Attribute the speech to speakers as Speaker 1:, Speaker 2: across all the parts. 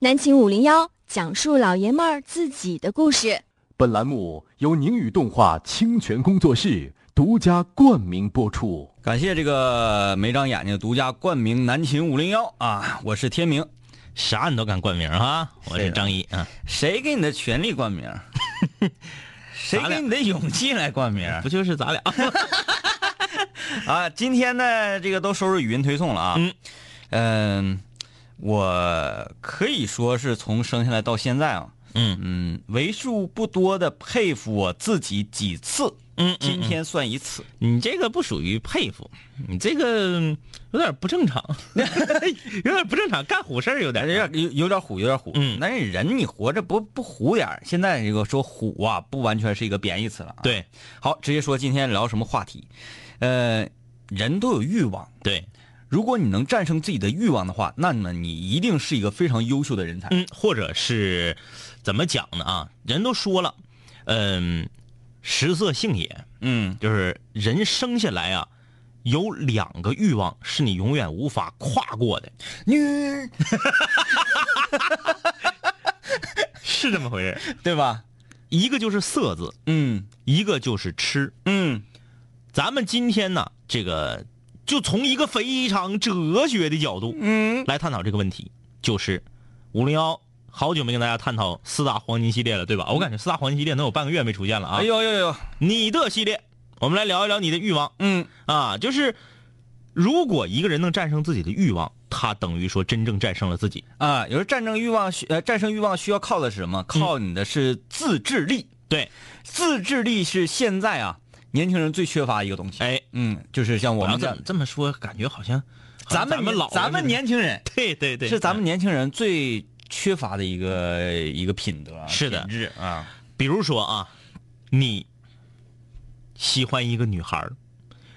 Speaker 1: 南秦五零幺讲述老爷们儿自己的故事。
Speaker 2: 本栏目由宁宇动画清泉工作室独家冠名播出。
Speaker 3: 感谢这个没长眼睛独家冠名南秦五零幺啊！我是天明，
Speaker 4: 啥你都敢冠名啊？我是张一啊，
Speaker 3: 谁给你的权利冠 名？谁给你的勇气来冠名？
Speaker 4: 不就是咱俩？啊
Speaker 3: 啊，今天呢，这个都收拾语音推送了啊。
Speaker 4: 嗯
Speaker 3: 嗯、我可以说是从生下来到现在啊，
Speaker 4: 嗯
Speaker 3: 嗯，为数不多的佩服我自己几次，
Speaker 4: 嗯，嗯
Speaker 3: 今天算一次。
Speaker 4: 你这个不属于佩服，你这个有点不正 常，有点不正常，干虎事儿有
Speaker 3: 有
Speaker 4: 点。
Speaker 3: 点有有点虎，有点虎。
Speaker 4: 嗯
Speaker 3: 但是人你活着不不虎点儿现在这个说虎啊，不完全是一个贬义词了、啊。，
Speaker 4: 对
Speaker 3: 好，直接说今天聊什么话题？呃，人都有欲望，
Speaker 4: 对，
Speaker 3: 如果你能战胜自己的欲望的话，那么你一定是一个非常优秀的人才。
Speaker 4: 嗯，或者是怎么讲呢？啊，人都说了，嗯，食色性也，
Speaker 3: 嗯
Speaker 4: 就是人生下来啊，有两个欲望是你永远无法跨过的，
Speaker 3: 女，
Speaker 4: 是这么回事。
Speaker 3: 对吧？
Speaker 4: 一个就是色字，
Speaker 3: 嗯
Speaker 4: 一个就是吃。
Speaker 3: 嗯
Speaker 4: 咱们今天呢，这个就从一个非常哲学的角度，
Speaker 3: 嗯，
Speaker 4: 来探讨这个问题，就是五零幺，好久没跟大家探讨四大黄金系列了，对吧？我感觉四大黄金系列能有半个月没出现了啊。
Speaker 3: 哎呦呦呦，
Speaker 4: 你的系列，我们来聊一聊你的欲望
Speaker 3: 嗯
Speaker 4: 啊，就是如果一个人能战胜自己的欲望，他等于说真正战胜了自己。
Speaker 3: 啊，有时候战争欲望需呃战胜欲望需要靠的是什么？靠你的是自制力，
Speaker 4: 对，
Speaker 3: 自制力是现在啊年轻人最缺乏一个东西。
Speaker 4: 哎，
Speaker 3: 嗯，就是像我
Speaker 4: 我要
Speaker 3: 们
Speaker 4: 这
Speaker 3: 这
Speaker 4: 么，这么说，感觉好像
Speaker 3: 咱们
Speaker 4: 咱们
Speaker 3: 年
Speaker 4: 老了
Speaker 3: 咱们
Speaker 4: 似的，
Speaker 3: 年轻人
Speaker 4: 对对对，
Speaker 3: 是咱们年轻人最缺乏的一个一个品德啊，
Speaker 4: 哎是的
Speaker 3: 品质啊，
Speaker 4: 比如说啊，你喜欢一个女孩儿，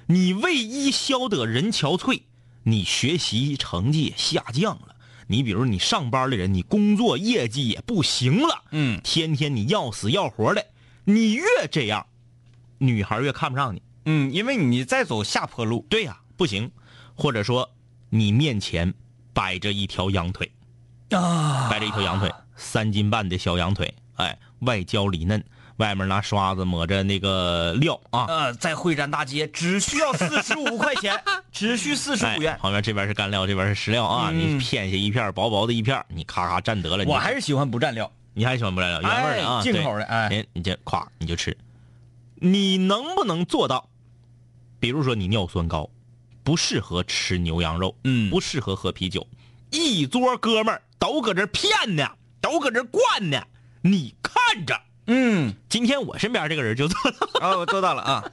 Speaker 4: 你为伊消得人憔悴，你学习成绩也下降了。你比如你上班的人，你工作业绩也不行了，
Speaker 3: 嗯
Speaker 4: 天天你要死要活的，你越这样，女孩越看不上你。
Speaker 3: 嗯，因为你在走下坡路，
Speaker 4: 对呀、不行，或者说你面前摆着一条羊腿，
Speaker 3: 啊，
Speaker 4: 摆着一条羊腿，三斤半的小羊腿，哎，外焦里嫩，外面拿刷子抹着那个料啊，
Speaker 3: 呃，在会展大街只需要四十五块 钱，只需四十
Speaker 4: 哎
Speaker 3: 五元。
Speaker 4: 旁边这边是干料，这边是食料啊，
Speaker 3: 嗯
Speaker 4: 你片下一片儿薄薄的一片儿，你咔咔蘸得了。
Speaker 3: 我还
Speaker 4: 是
Speaker 3: 是喜欢不蘸料，
Speaker 4: 你还喜欢不蘸料，原味儿的啊，
Speaker 3: 哎进口的哎
Speaker 4: 对，你这咵你就吃，你能不能做到？比如说你尿酸高，不适合吃牛羊肉，
Speaker 3: 嗯
Speaker 4: 不适合喝啤酒，一桌哥们儿都搁这骗呢，都搁这惯呢，你看着。
Speaker 3: 嗯，
Speaker 4: 今天我身边这个人就做到，
Speaker 3: 啊，我做到了啊。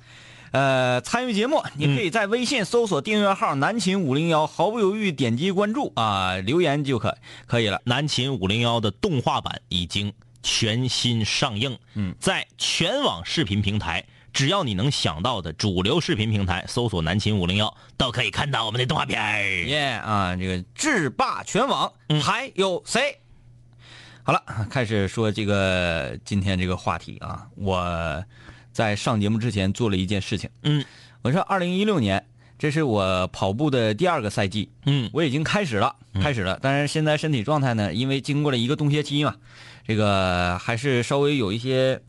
Speaker 3: 呃，参与节目，你可
Speaker 4: 嗯
Speaker 3: 以在微信搜索订阅号“南秦五零幺”，毫不犹豫点击关注啊，留言就可可以了。
Speaker 4: 南秦五零幺的动画版已经全新上映，
Speaker 3: 嗯，
Speaker 4: 在全网视频平台，只要你能想到的主流视频平台，搜索南秦五零幺，都可以看到我们的动画片儿。
Speaker 3: 耶、啊，这个制霸全网，还有谁？好了，开始说这个今天这个话题啊。我在上节目之前做了一件事情，
Speaker 4: 嗯，
Speaker 3: 我说二零一六年，这是我跑步的第二个赛季，
Speaker 4: 嗯
Speaker 3: 我已经开始了，开始了。但是现在身体状态呢，因为经过了一个冬歇期嘛，这个还是稍微有一些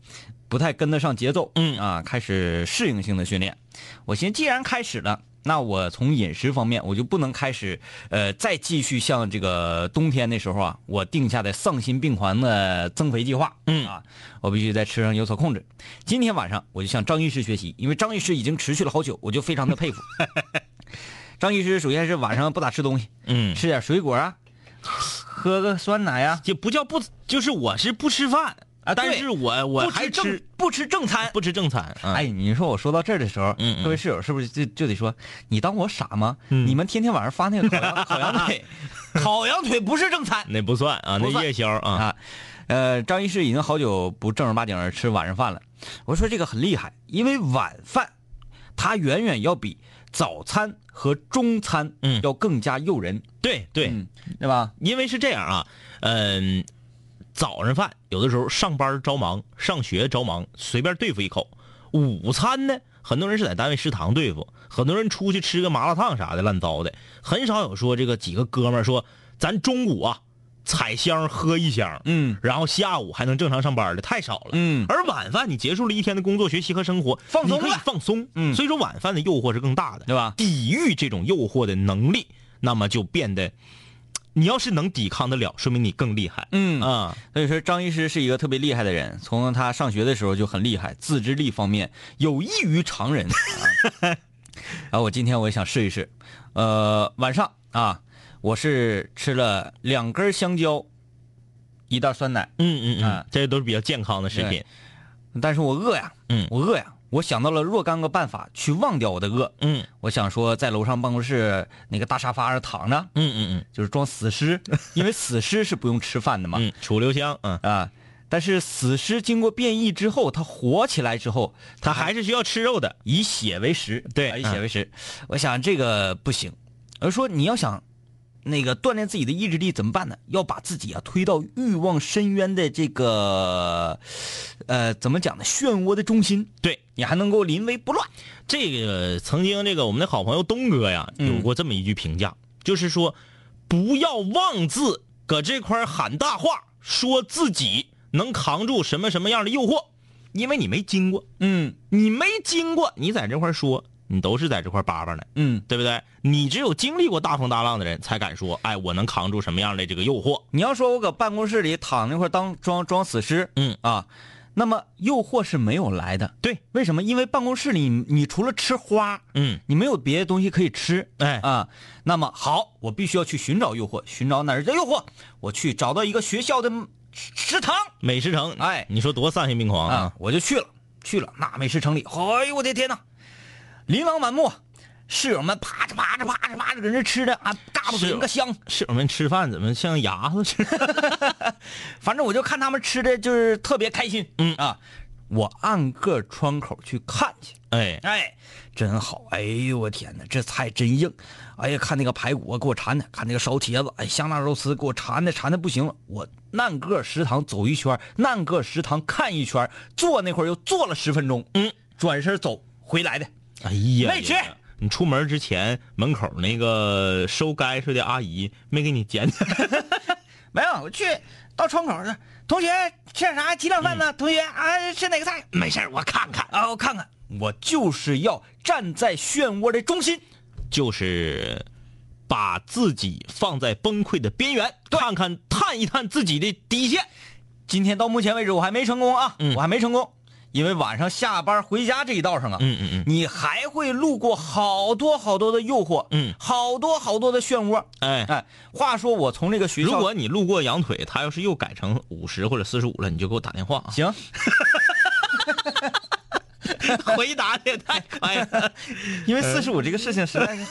Speaker 3: 不太跟得上节奏，
Speaker 4: 嗯
Speaker 3: 啊，开始适应性的训练。我寻思，既然开始了。那我从饮食方面，我就不能开始，呃，再继续像这个冬天那时候啊，我定下的丧心病狂的增肥计划，
Speaker 4: 嗯
Speaker 3: 啊，我必须在吃上有所控制。今天晚上我就向张医师学习，因为张医师已经持续了好久，我就非常的佩服。张医师首先是晚上不咋吃东西，
Speaker 4: 嗯，
Speaker 3: 吃点水果啊，喝个酸奶啊，
Speaker 4: 就不叫不，就是我是不吃饭
Speaker 3: 啊
Speaker 4: 但
Speaker 3: 对
Speaker 4: 是我我
Speaker 3: 不
Speaker 4: 还
Speaker 3: 吃正
Speaker 4: 吃
Speaker 3: 不吃正餐。
Speaker 4: 不吃正餐。嗯
Speaker 3: 哎，你说我说到这儿的时候，
Speaker 4: 嗯嗯
Speaker 3: 各位室友是不是就就得说你当我傻吗？
Speaker 4: 嗯
Speaker 3: 你们天天晚上发那个烤羊烤羊腿， 烤羊腿不是正餐
Speaker 4: 那不算啊，
Speaker 3: 不
Speaker 4: 那
Speaker 3: 算
Speaker 4: 夜宵啊，
Speaker 3: 啊。呃，张医师已经好久不正儿八经儿吃晚上饭了。我说这个很厉害，因为晚饭它远远要比早餐和中餐
Speaker 4: 嗯
Speaker 3: 要更加诱人，
Speaker 4: 对对，
Speaker 3: 嗯对吧？
Speaker 4: 因为是这样啊，嗯，早上饭有的时候上班着忙，上学着忙，随便对付一口。午餐呢，很多人是在单位食堂对付，很多人出去吃个麻辣烫啥的，乱糟的，很少有说这个几个哥们儿说咱中午啊，采香喝一箱，
Speaker 3: 嗯
Speaker 4: 然后下午还能正常上班的太少了。
Speaker 3: 嗯
Speaker 4: 而晚饭你结束了一天的工作、学习和生活，
Speaker 3: 放松
Speaker 4: 你可以
Speaker 3: 了
Speaker 4: 放松。
Speaker 3: 嗯
Speaker 4: 所以说晚饭的诱惑是更大的，
Speaker 3: 对吧
Speaker 4: 抵御这种诱惑的能力，那么就变得，你要是能抵抗得了，说明你更厉害。
Speaker 3: 嗯
Speaker 4: 啊，
Speaker 3: 所以说，张医师是一个特别厉害的人，从他上学的时候就很厉害，自制力方面有异于常人。啊、 然后我今天我也想试一试，呃，晚上啊，我是吃了两根香蕉，一袋酸奶，
Speaker 4: 嗯嗯嗯
Speaker 3: 啊，
Speaker 4: 这都是比较健康的食品
Speaker 3: 对。但是我饿呀，
Speaker 4: 嗯
Speaker 3: 我饿呀，我想到了若干个办法去忘掉我的饿。
Speaker 4: 嗯
Speaker 3: 我想说，在楼上办公室那个大沙发上躺着，
Speaker 4: 嗯嗯
Speaker 3: 就是装死 尸，因为死尸是不用吃饭的嘛。
Speaker 4: 嗯嗯，楚留香，嗯，
Speaker 3: 啊，但是死尸经过变异之后，它活起来之后，
Speaker 4: 它还是需要吃肉的。
Speaker 3: 以血为食，
Speaker 4: 对
Speaker 3: 啊以血为食。我想这个不行，而说你要想那个锻炼自己的意志力怎么办呢？要把自己啊推到欲望深渊的这个呃怎么讲呢？漩涡的中心，
Speaker 4: 对，
Speaker 3: 你还能够临危不乱。
Speaker 4: 这个曾经这个我们的好朋友东哥呀，
Speaker 3: 嗯
Speaker 4: 有过这么一句评价，就是说，不要妄自搁这块儿喊大话，说自己能扛住什么什么样的诱惑，因为你没经过，
Speaker 3: 嗯
Speaker 4: 你没经过，你在这块儿说，你都是在这块儿叭叭呢，
Speaker 3: 嗯，
Speaker 4: 对不对？你只有经历过大风大浪的人，才敢说，哎，我能扛住什么样的这个诱惑。
Speaker 3: 你要说我搁办公室里躺那块儿当装装死尸，
Speaker 4: 嗯
Speaker 3: 啊，那么诱惑是没有来的。
Speaker 4: 对，
Speaker 3: 为什么？因为办公室里你你除了吃花，
Speaker 4: 嗯，
Speaker 3: 你没有别的东西可以吃，
Speaker 4: 哎
Speaker 3: 啊，那么好，我必须要去寻找诱惑，寻找哪儿的诱惑？我去找到一个学校的食堂
Speaker 4: 美食城，
Speaker 3: 哎
Speaker 4: 你说多丧心病狂
Speaker 3: 啊
Speaker 4: 啊！，
Speaker 3: 我就去了，去了那美食城里，哎呦我的天哪，琳琅满目，室友们啪着啪着啪着啪着搁那吃的啊，嘎巴
Speaker 4: 室
Speaker 3: 嘴
Speaker 4: 友
Speaker 3: 个香，
Speaker 4: 室友们吃饭怎么像牙子似的？
Speaker 3: 反正我就看他们吃的就是特别开心，嗯啊，我按个窗口去看去。
Speaker 4: 哎，
Speaker 3: 哎，真好！哎呦我天哪，这菜真硬！哎呀，看那个排骨啊，给我馋的；看那个烧茄子，哎，香辣肉丝给我馋的，馋的不行了。我难个食堂走一圈，难个食堂看一圈，坐那会儿又坐了十分钟，嗯，转身走回来的。
Speaker 4: 哎呀，
Speaker 3: 没吃
Speaker 4: 呀你出门之前，门口那个收该睡的阿姨没给你捡 起来，
Speaker 3: 没有，我去到窗口那，同学吃点啥？几两饭呢？同学啊，吃哪个菜？没事儿，我看看啊，我看看。我就是要站在漩涡的中心。
Speaker 4: 就是把自己放在崩溃的边缘，看看探一探自己的底线。
Speaker 3: 今天到目前为止我还没成功啊，
Speaker 4: 嗯
Speaker 3: 我还没成功，因为晚上下班回家这一道上啊，
Speaker 4: 嗯嗯
Speaker 3: 你还会路过好多好多的诱惑，
Speaker 4: 嗯
Speaker 3: 好多好多的漩涡。
Speaker 4: 嗯，哎，
Speaker 3: 哎，话说我从这个学校，
Speaker 4: 如果你路过羊腿，他要是又改成五十或者四十五了，你就给我打电话 啊！
Speaker 3: 行，
Speaker 4: 回答的太快了。
Speaker 3: 因为四十五这个事情实在是，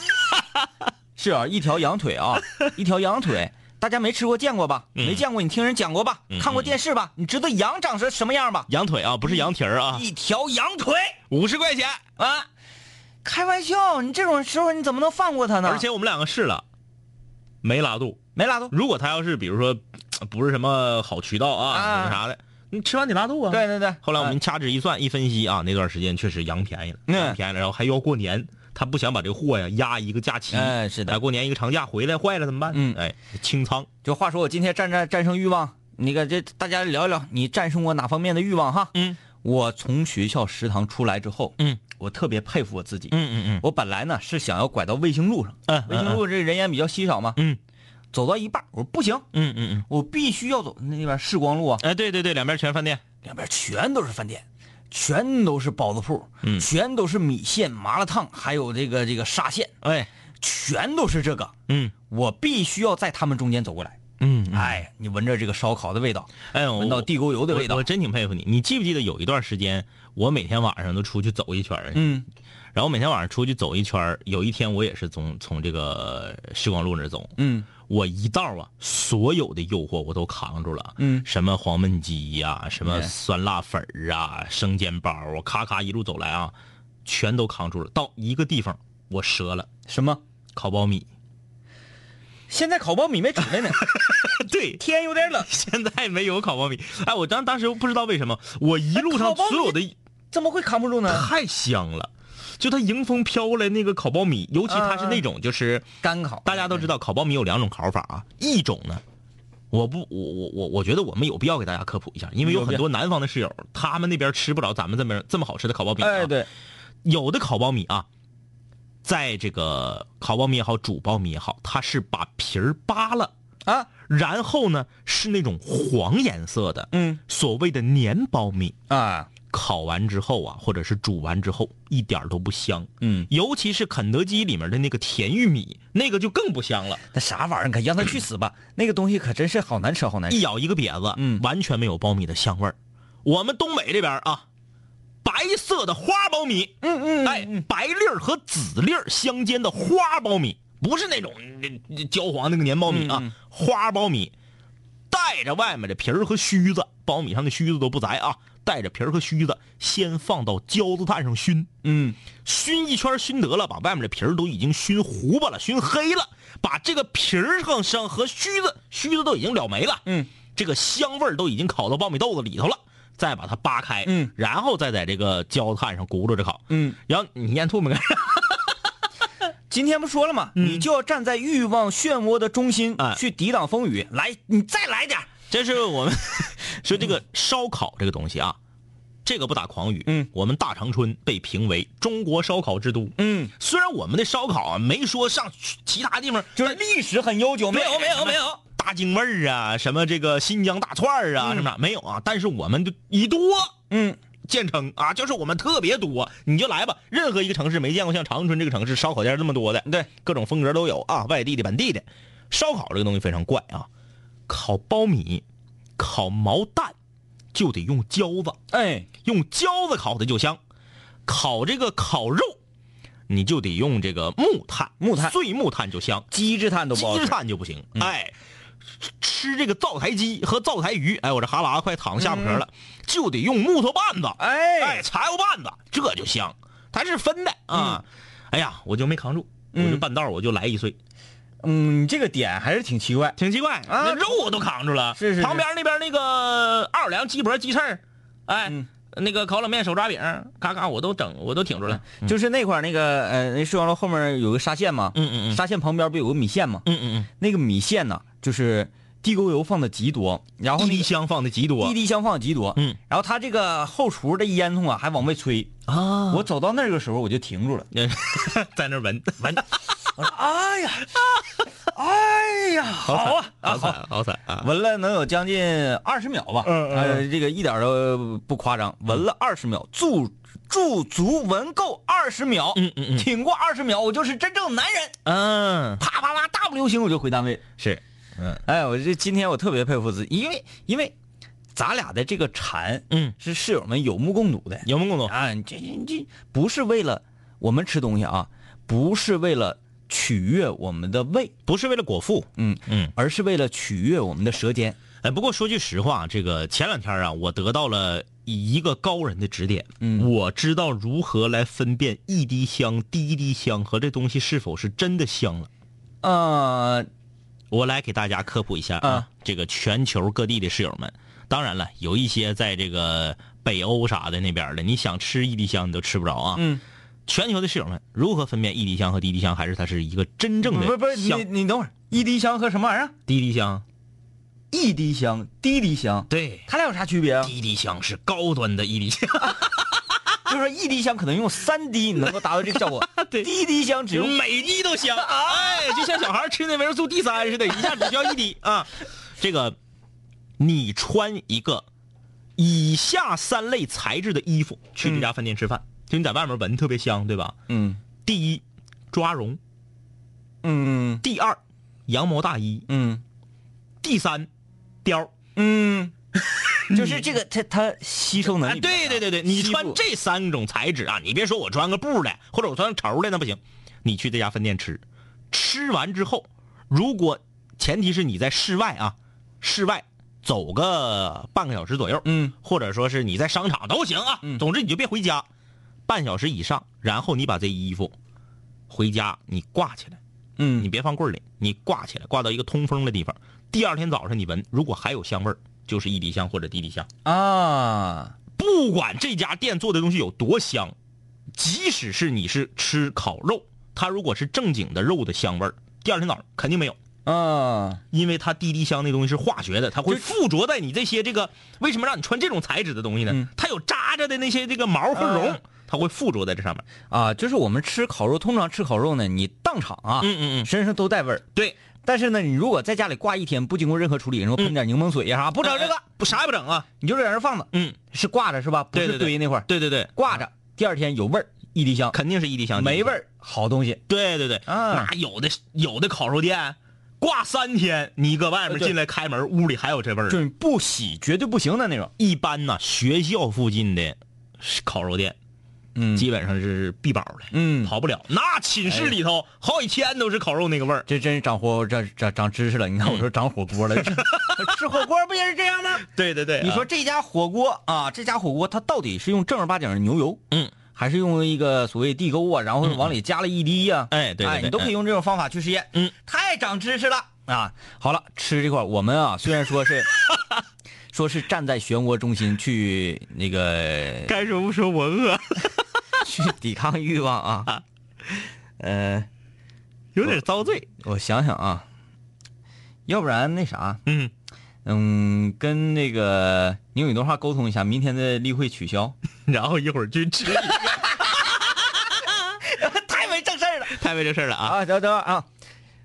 Speaker 3: 是啊，一条羊腿啊，一条羊腿，大家没吃过见过吧？
Speaker 4: 嗯
Speaker 3: 没见过你听人讲过吧？看过电视吧？你知道羊长成什么样吧？
Speaker 4: 羊腿啊，不
Speaker 3: 嗯
Speaker 4: 是羊蹄儿啊，
Speaker 3: 一条羊腿
Speaker 4: 五十块钱。
Speaker 3: 啊！开玩笑，你这种时候你怎么能放过他呢？
Speaker 4: 而且我们两个试了，没拉肚。
Speaker 3: 没拉肚。
Speaker 4: 如果他要是比如说不是什么好渠道啊，
Speaker 3: 啊
Speaker 4: 什么啥的，你吃完得拉肚啊。
Speaker 3: 对。对对，
Speaker 4: 后来我们掐指一算，一分析啊，那段时间确实羊便宜了，
Speaker 3: 嗯
Speaker 4: 羊便宜了，然后还要过年，他不想把这个货呀压一个假期，
Speaker 3: 哎是的
Speaker 4: 哎过年一个长假回来坏了怎么办？
Speaker 3: 嗯
Speaker 4: 哎，清仓，
Speaker 3: 就话说我今天战战战胜欲望，那个这大家聊一聊，你战胜过哪方面的欲望哈？
Speaker 4: 嗯，
Speaker 3: 我从学校食堂出来之后，
Speaker 4: 嗯，
Speaker 3: 我特别佩服我自己。
Speaker 4: 嗯嗯
Speaker 3: 我本来呢是想要拐到卫星路上，
Speaker 4: 嗯
Speaker 3: 卫星路这人烟比较稀少嘛，
Speaker 4: 嗯，
Speaker 3: 走到一半我说不行，
Speaker 4: 嗯嗯嗯，
Speaker 3: 我必须要走那边世光路啊，
Speaker 4: 哎对对对，两边全饭店，
Speaker 3: 两边全都是饭店，全都是包子铺，
Speaker 4: 嗯
Speaker 3: 全都是米线、麻辣烫，还有这个这个沙县，
Speaker 4: 哎，
Speaker 3: 全都是这个，
Speaker 4: 嗯
Speaker 3: 我必须要在他们中间走过来。
Speaker 4: 嗯，
Speaker 3: 哎，你闻着这个烧烤的味道，
Speaker 4: 哎我
Speaker 3: 闻到地沟油的味
Speaker 4: 我，
Speaker 3: 道
Speaker 4: 我，真挺佩服你。你记不记得有一段时间，我每天晚上都出去走一圈儿
Speaker 3: 嗯
Speaker 4: 然后每天晚上出去走一圈儿有一天我也是从从这个呃时光路那儿走，
Speaker 3: 嗯
Speaker 4: 我一道啊，所有的诱惑我都扛住了，
Speaker 3: 嗯
Speaker 4: 什么黄焖鸡呀、什么
Speaker 3: 嗯
Speaker 4: 酸辣粉儿啊，生煎包啊，咔咔一路走来啊，全都扛住了。到一个地方我折了，
Speaker 3: 什么？
Speaker 4: 烤 苞米，
Speaker 3: 现在烤苞米没出 来呢，
Speaker 4: 对，
Speaker 3: 天有点冷，
Speaker 4: 现在没有烤苞米。哎，我当当时不知道为什么，我一路上
Speaker 3: 哎烤苞米嗯
Speaker 4: 所有的
Speaker 3: 怎么会扛不住呢？
Speaker 4: 太香了。就它迎风飘过来那个烤苞米，尤其它是
Speaker 3: 嗯嗯
Speaker 4: 那种就是
Speaker 3: 干烤，
Speaker 4: 大家都知道烤苞米有两种烤法啊，一种呢我不，我我我我觉得我们有必要给大家科普一下，因为有
Speaker 3: 有必
Speaker 4: 很
Speaker 3: 要
Speaker 4: 多南方的室友，他们那边吃不着咱们这么这么好吃的烤苞米、啊。
Speaker 3: 哎，对，
Speaker 4: 有的烤苞米啊，在这个烤苞米也好，煮苞米也好，它是把皮儿扒了
Speaker 3: 啊，
Speaker 4: 然后呢是那种黄颜色的，
Speaker 3: 嗯
Speaker 4: 所谓的粘苞米。
Speaker 3: 啊，
Speaker 4: 烤完之后啊，或者是煮完之后，一点儿都不香。
Speaker 3: 嗯，
Speaker 4: 尤其是肯德基里面的那个甜玉米，那个就更不香了，
Speaker 3: 那啥玩意儿，可让他去死吧！那个东西可真是好难吃，好难
Speaker 4: 一
Speaker 3: 吃。
Speaker 4: 咬一个瘪子，
Speaker 3: 嗯
Speaker 4: 完全没有苞米的香味儿。我们东北这边啊，白色的花苞米，嗯嗯，哎，白粒儿和紫粒儿相间的花苞米，不是那种呃焦黄那个粘苞米啊，
Speaker 3: 嗯嗯
Speaker 4: 花苞米，带着外面的皮儿和须子，苞米上的须子都不摘啊，带着皮儿和须子，先放到焦子炭上熏，
Speaker 3: 嗯，
Speaker 4: 熏一圈儿熏得了，把外面的皮儿都已经熏糊巴了，熏黑了，把这个皮儿上上和须子须子都已经了没了，
Speaker 3: 嗯，
Speaker 4: 这个香味儿都已经烤到苞米豆子里头了，再把它扒开，
Speaker 3: 嗯，
Speaker 4: 然后再在这个焦炭上咕噜着烤，
Speaker 3: 嗯，
Speaker 4: 然后你咽吐沫干啥？
Speaker 3: 今天不说了吗？你就要站在欲望漩涡的中心
Speaker 4: 哎，
Speaker 3: 去抵挡风雨。来，你再来点儿。
Speaker 4: 这是我们 说这个烧烤这个东西啊，这个不打诳语，
Speaker 3: 嗯，
Speaker 4: 我们大长春被评为中国烧烤之都，
Speaker 3: 嗯，
Speaker 4: 虽然我们的烧烤啊没说上其他地方
Speaker 3: 就是历史很悠久，没有，没有，没有。
Speaker 4: 大京味儿啊，什么这个新疆大串儿啊，什么的没有啊，但是我们就以多
Speaker 3: 嗯，
Speaker 4: 见称啊，就是我们特别多，你就来吧，任何一个城市没见过像长春这个城市烧烤店这么多的，
Speaker 3: 对，
Speaker 4: 各种风格都有啊，外地的、本地的。烧烤这个东西非常怪啊，烤苞米、烤毛蛋就得用焦子，
Speaker 3: 哎，
Speaker 4: 用焦子烤的就香，烤这个烤肉你就得用这个木炭，
Speaker 3: 木炭
Speaker 4: 碎木炭就香。
Speaker 3: 鸡制炭都不好
Speaker 4: 鸡
Speaker 3: 吃。
Speaker 4: 炭就不行，哎，吃这个灶台鸡和灶台鱼，哎，我这哈喇子快淌下巴壳了，就得用木头棒子，嗯哎，
Speaker 3: 哎，
Speaker 4: 柴火棒子，这就香，它是分的啊。哎呀，我就没扛住，我就半道儿我就来一碎，
Speaker 3: 嗯，你这个点还是挺奇怪。
Speaker 4: 挺奇怪，那
Speaker 3: 啊
Speaker 4: 肉我都扛住了，
Speaker 3: 是是是
Speaker 4: 旁边那边那个奥尔良鸡脖、鸡翅儿，哎，那个烤冷面、手抓饼，嘎嘎，我都整，我都挺住了。
Speaker 3: 就是那块儿那个呃，那睡王楼后面有个沙县嘛，
Speaker 4: 嗯嗯嗯
Speaker 3: 沙县旁边不有个米线吗？
Speaker 4: 嗯嗯
Speaker 3: 那个米线呢，就是地沟油放的极多，然后
Speaker 4: 嗯，一
Speaker 3: 那
Speaker 4: 滴
Speaker 3: 个
Speaker 4: 香放的极多
Speaker 3: 一滴香放的极多，
Speaker 4: 嗯，
Speaker 3: 然后他这个后厨的烟囱啊还往外吹，
Speaker 4: 啊，
Speaker 3: 我走到那儿的时候我就停住了，
Speaker 4: 在那儿闻闻，啊
Speaker 3: 我说哎呀，哎呀，好啊啊好，
Speaker 4: 好惨好惨啊！
Speaker 3: 闻了能有将近二十秒吧，
Speaker 4: 嗯嗯嗯
Speaker 3: 呃，这个一点都不夸张，闻了二十秒，驻驻足闻够二十秒，
Speaker 4: 嗯嗯嗯
Speaker 3: 挺过二十秒，我就是真正男人，
Speaker 4: 嗯，
Speaker 3: 啪啪啪，大步流星我就回单位。
Speaker 4: 是，嗯
Speaker 3: 哎，我这今天我特别佩服自己，因为因为咱俩的这个馋，
Speaker 4: 嗯，
Speaker 3: 是室友们有目共睹的
Speaker 4: 有目共睹。
Speaker 3: 啊，这这这不是为了我们吃东西啊，不是为了取悦我们的胃，
Speaker 4: 不是为了果腹。
Speaker 3: 嗯
Speaker 4: 嗯，
Speaker 3: 而是为了取悦我们的舌尖。
Speaker 4: 哎，不过说句实话，这个前两天啊，我得到了一个高人的指点，
Speaker 3: 嗯
Speaker 4: 我知道如何来分辨一滴香、滴一滴香和这东西是否是真的香了。
Speaker 3: 呃，
Speaker 4: 我来给大家科普一下啊，
Speaker 3: 啊
Speaker 4: 这个全球各地的室友们，当然了，有一些在这个北欧啥的那边的，你想吃一滴香你都吃不着啊。
Speaker 3: 嗯，
Speaker 4: 全球的室友们如何分辨一滴香和滴滴香，还是它是一个真正的
Speaker 3: 不不，你
Speaker 4: 香？
Speaker 3: 你等会儿，一滴香和什么玩意儿？
Speaker 4: 滴滴香，
Speaker 3: 一滴香，滴滴香，
Speaker 4: 对，
Speaker 3: 它俩有啥区别啊？
Speaker 4: 滴滴香是高端的 一滴香。
Speaker 3: 就是说一滴香可能用三滴你能够达到这个效 果，
Speaker 4: 对
Speaker 3: 滴滴香只
Speaker 4: 就
Speaker 3: 用
Speaker 4: 每滴都香， 哎，就像小孩吃那维生素 D 三似的，一下只需要一滴啊。 这个，你穿一个以下三类材质的衣服去这家饭店吃饭，就你在外面闻特别香，对吧？
Speaker 3: 嗯
Speaker 4: 第一，抓绒；
Speaker 3: 嗯
Speaker 4: 第二，羊毛大衣；
Speaker 3: 嗯
Speaker 4: 第三，貂儿。
Speaker 3: 嗯，就是这个它它吸收能
Speaker 4: 啊，
Speaker 3: 力比较强、
Speaker 4: 对对对对，你
Speaker 3: 吸
Speaker 4: 穿
Speaker 3: 附
Speaker 4: 这三种材质啊，你别说我穿个布的，或者我穿个绸的，那不行。你去这家饭店吃，吃完之后，如果前提是你在室外啊，室外走个半个小时左右，
Speaker 3: 嗯，
Speaker 4: 或者说是你在商场都行啊，总之你就别回家，半小时以上，然后你把这衣服回家你挂起来，
Speaker 3: 嗯
Speaker 4: 你别放柜里，你挂起来，挂到一个通风的地方。第二天早上你闻，如果还有香味儿，就是一滴香或者滴滴香。
Speaker 3: 啊，
Speaker 4: 不管这家店做的东西有多香，即使是你是吃烤肉，它如果是正经的肉的香味儿，第二天早上肯定没有。
Speaker 3: 啊，
Speaker 4: 因为它滴滴香那东西是化学的，它会附着在你这些这个为什么让你穿这种材质的东西呢？
Speaker 3: 嗯
Speaker 4: 它有扎着的那些这个毛和绒，
Speaker 3: 啊
Speaker 4: 它会附着在这上面。
Speaker 3: 啊，就是我们吃烤肉，通常吃烤肉呢，你当场啊，
Speaker 4: 嗯嗯嗯
Speaker 3: 身上都带味儿。
Speaker 4: 对，
Speaker 3: 但是呢，你如果在家里挂一天，不经过任何处理，然后
Speaker 4: 嗯
Speaker 3: 喷点柠檬水呀啥，不
Speaker 4: 不
Speaker 3: 整这个，
Speaker 4: 不啥也不整啊。
Speaker 3: 你就在那儿放着，
Speaker 4: 嗯，
Speaker 3: 是挂着是吧？不
Speaker 4: 对
Speaker 3: 是
Speaker 4: 对对
Speaker 3: 堆那块儿，
Speaker 4: 对对对，
Speaker 3: 挂着，第二天有味儿，一滴香，
Speaker 4: 肯定是一滴香，
Speaker 3: 没味。儿，好东西。
Speaker 4: 对对对，
Speaker 3: 啊
Speaker 4: 那有的有的烤肉店挂三天，你搁外面
Speaker 3: 对
Speaker 4: 进来开门，屋里还有这味儿呢。
Speaker 3: 就是不洗绝对不行的那种。
Speaker 4: 一般呐，学校附近的烤肉店
Speaker 3: 嗯
Speaker 4: 基本上是必保的，
Speaker 3: 嗯
Speaker 4: 跑不了。那寝室里头好几千都是烤肉那个味儿。
Speaker 3: 这真是长火长长长知识了。你看我
Speaker 4: 嗯
Speaker 3: 说长火锅了， 吃火锅不也是这样吗？
Speaker 4: 对对啊对，
Speaker 3: 你说这家火锅啊，这家火锅它到底是用正儿八经的牛油，
Speaker 4: 嗯，
Speaker 3: 还是用一个所谓地沟啊，然后往里加了一滴呀、
Speaker 4: 哎对对
Speaker 3: 哎，
Speaker 4: 对
Speaker 3: 你都可以用这种方法去实验，
Speaker 4: 嗯，
Speaker 3: 太长知识了啊！好了，吃这块儿我们啊，虽然说 是说是站在漩涡中心去那个
Speaker 4: 该说不说，我 饿，
Speaker 3: 去抵抗欲望啊，呃，
Speaker 4: 有点遭罪。
Speaker 3: 我想想啊，要不然那啥，
Speaker 4: 嗯，
Speaker 3: 嗯，跟那个宁宇动画沟通一下，明天的例会取消。
Speaker 4: 然后一会儿去吃，
Speaker 3: 太没正事儿了
Speaker 4: 太为这事儿了啊。
Speaker 3: 啊！等等啊，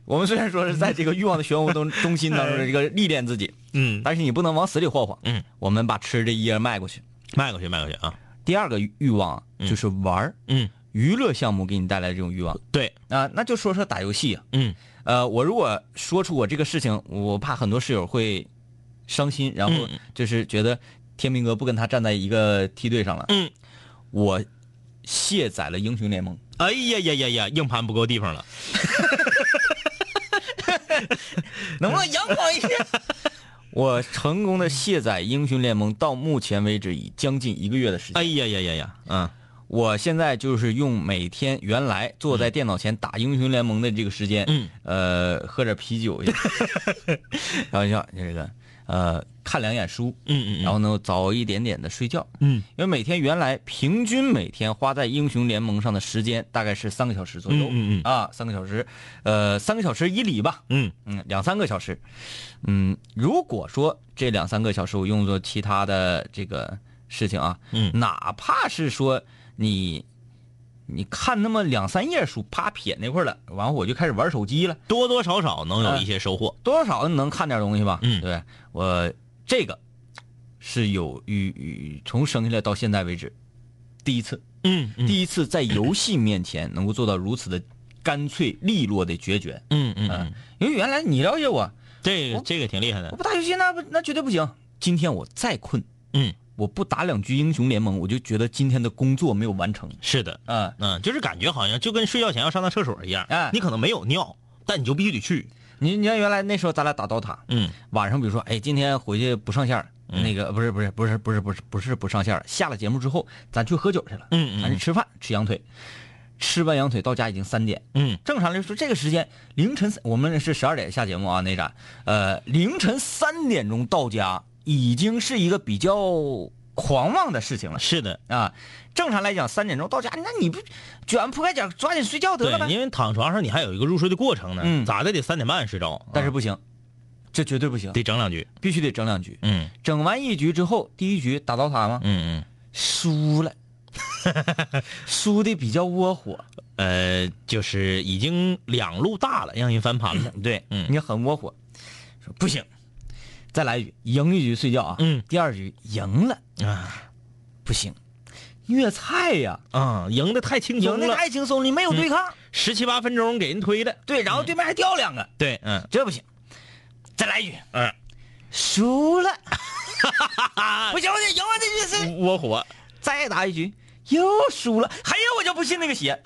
Speaker 3: 我们虽然说是在这个欲望的漩涡 中中心当中的这个历练自己，
Speaker 4: 嗯，
Speaker 3: 但是你不能往死里霍霍。
Speaker 4: 嗯，
Speaker 3: 我们把吃这一页迈过去。
Speaker 4: 迈过去，迈过去啊。
Speaker 3: 第二个欲望啊就是玩儿，
Speaker 4: 嗯，
Speaker 3: 娱乐项目给你带来的这种欲望
Speaker 4: 对，
Speaker 3: 啊，那就说说打游戏啊。
Speaker 4: 嗯
Speaker 3: 呃，我如果说出我这个事情，我怕很多室友会伤心，然
Speaker 4: 嗯
Speaker 3: 后就是觉得天明哥不跟他站在一个梯队上了。
Speaker 4: 嗯，
Speaker 3: 我卸载了英雄联盟，
Speaker 4: 哎呀呀呀呀，硬盘不够地方了。
Speaker 3: 能不能阳光一些？ 我成功的卸载英雄联盟，到目前为止已将近一个月的时间。
Speaker 4: 哎呀呀呀呀，
Speaker 3: 嗯，我现在就是用每天原来坐在电脑前打英雄联盟的这个时间，
Speaker 4: 嗯，
Speaker 3: 呃，喝点啤酒， 然后就这个呃看两眼书，
Speaker 4: 嗯嗯嗯
Speaker 3: 然后呢早一点点的睡觉，
Speaker 4: 嗯，
Speaker 3: 因为每天原来平均每天花在英雄联盟上的时间大概是三个小时左右，
Speaker 4: 嗯嗯嗯
Speaker 3: 啊，三个小时，呃，三个小时以里吧，
Speaker 4: 嗯
Speaker 3: 嗯，两三个小时，嗯，如果说这两三个小时我用作其他的这个事情啊，
Speaker 4: 嗯
Speaker 3: 哪怕是说你你看那么两三页书，啪撇那块儿了，完后我就开始玩手机了，
Speaker 4: 多多少少能
Speaker 3: 哎
Speaker 4: 有一些收获。
Speaker 3: 多少能看点东西吧？
Speaker 4: 嗯
Speaker 3: 对我这个是有与与从生下来到现在为止第一次，
Speaker 4: 嗯嗯
Speaker 3: 第一次在游戏面前能够做到如此的干脆利落的决绝，
Speaker 4: 嗯嗯
Speaker 3: 嗯
Speaker 4: 嗯，，
Speaker 3: 因为原来你了解我。
Speaker 4: 这
Speaker 3: 哦
Speaker 4: 个这个挺厉害的
Speaker 3: 我。不打游戏那不那绝对不行。今天我再困，
Speaker 4: 嗯，
Speaker 3: 我不打两局英雄联盟，我就觉得今天的工作没有完成。
Speaker 4: 是的，
Speaker 3: 啊、
Speaker 4: 嗯，就是感觉好像就跟睡觉前要上趟厕所一样，
Speaker 3: 哎
Speaker 4: 你可能没有尿，但你就必须得去。
Speaker 3: 你你看原来那时候咱俩打刀塔，
Speaker 4: 嗯
Speaker 3: 晚上比如说，哎，今天回去不上线儿那个不是不是不是不是不是不是不上线儿下了节目之后，咱去喝酒去了，
Speaker 4: 嗯嗯
Speaker 3: 咱去吃饭吃羊腿，吃完羊腿到家已经三点，
Speaker 4: 嗯
Speaker 3: 正常来说这个时间凌晨三我们是十二点下节目啊那啥，呃凌晨三点钟到家已经是一个比较狂妄的事情了，
Speaker 4: 是的，
Speaker 3: 啊，正常来讲三点钟到家，那你不卷铺盖卷抓紧睡觉得
Speaker 4: 对
Speaker 3: 了，呗？
Speaker 4: 因为躺床上你还有一个入睡的过程呢，
Speaker 3: 嗯
Speaker 4: 咋的得三点半睡着，
Speaker 3: 但是
Speaker 4: 啊
Speaker 3: 不行，这绝对不行，
Speaker 4: 得整两局。
Speaker 3: 必须得整两局。
Speaker 4: 嗯
Speaker 3: 整完一局之后，第一局打到他吗？
Speaker 4: 嗯嗯，
Speaker 3: 输 了，输的比较窝火，
Speaker 4: 呃，就是已经两路大了，让人翻盘了。
Speaker 3: 对，
Speaker 4: 嗯
Speaker 3: 你很窝火，说不行，再来一局，赢一局睡觉啊。
Speaker 4: 嗯，
Speaker 3: 第二局赢了
Speaker 4: 啊
Speaker 3: 不行，虐菜呀，
Speaker 4: 啊，赢得太轻
Speaker 3: 赢
Speaker 4: 松
Speaker 3: 的
Speaker 4: 了，嗯
Speaker 3: 太轻松了，你没有对抗，
Speaker 4: 十七八分钟给人推的。
Speaker 3: 对，然后对面还掉两个，
Speaker 4: 对，嗯
Speaker 3: 这不行，再来一局，
Speaker 4: 嗯，
Speaker 3: 输 了，不行，我得赢我这局是
Speaker 4: 窝火，
Speaker 3: 再打一局又输了，还有我就不信那个邪，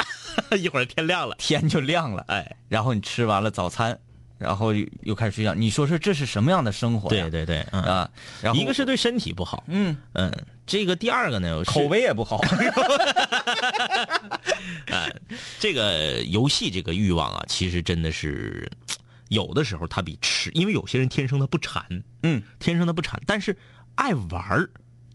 Speaker 4: 一会儿天亮了。
Speaker 3: 天就亮了，
Speaker 4: 哎，
Speaker 3: 然后你吃完了早餐，然后又又开始睡觉，你说说这是什么样的生活呀？
Speaker 4: 对对对，嗯，
Speaker 3: 啊，然后
Speaker 4: 一个是对身体不好，
Speaker 3: 嗯
Speaker 4: 嗯，这个第二个呢，是
Speaker 3: 口碑也不好，
Speaker 4: 这个游戏这个欲望啊，其实真的是有的时候 它比吃，因为有些人天生他不馋，
Speaker 3: 嗯，
Speaker 4: 天生他不馋，但是爱玩儿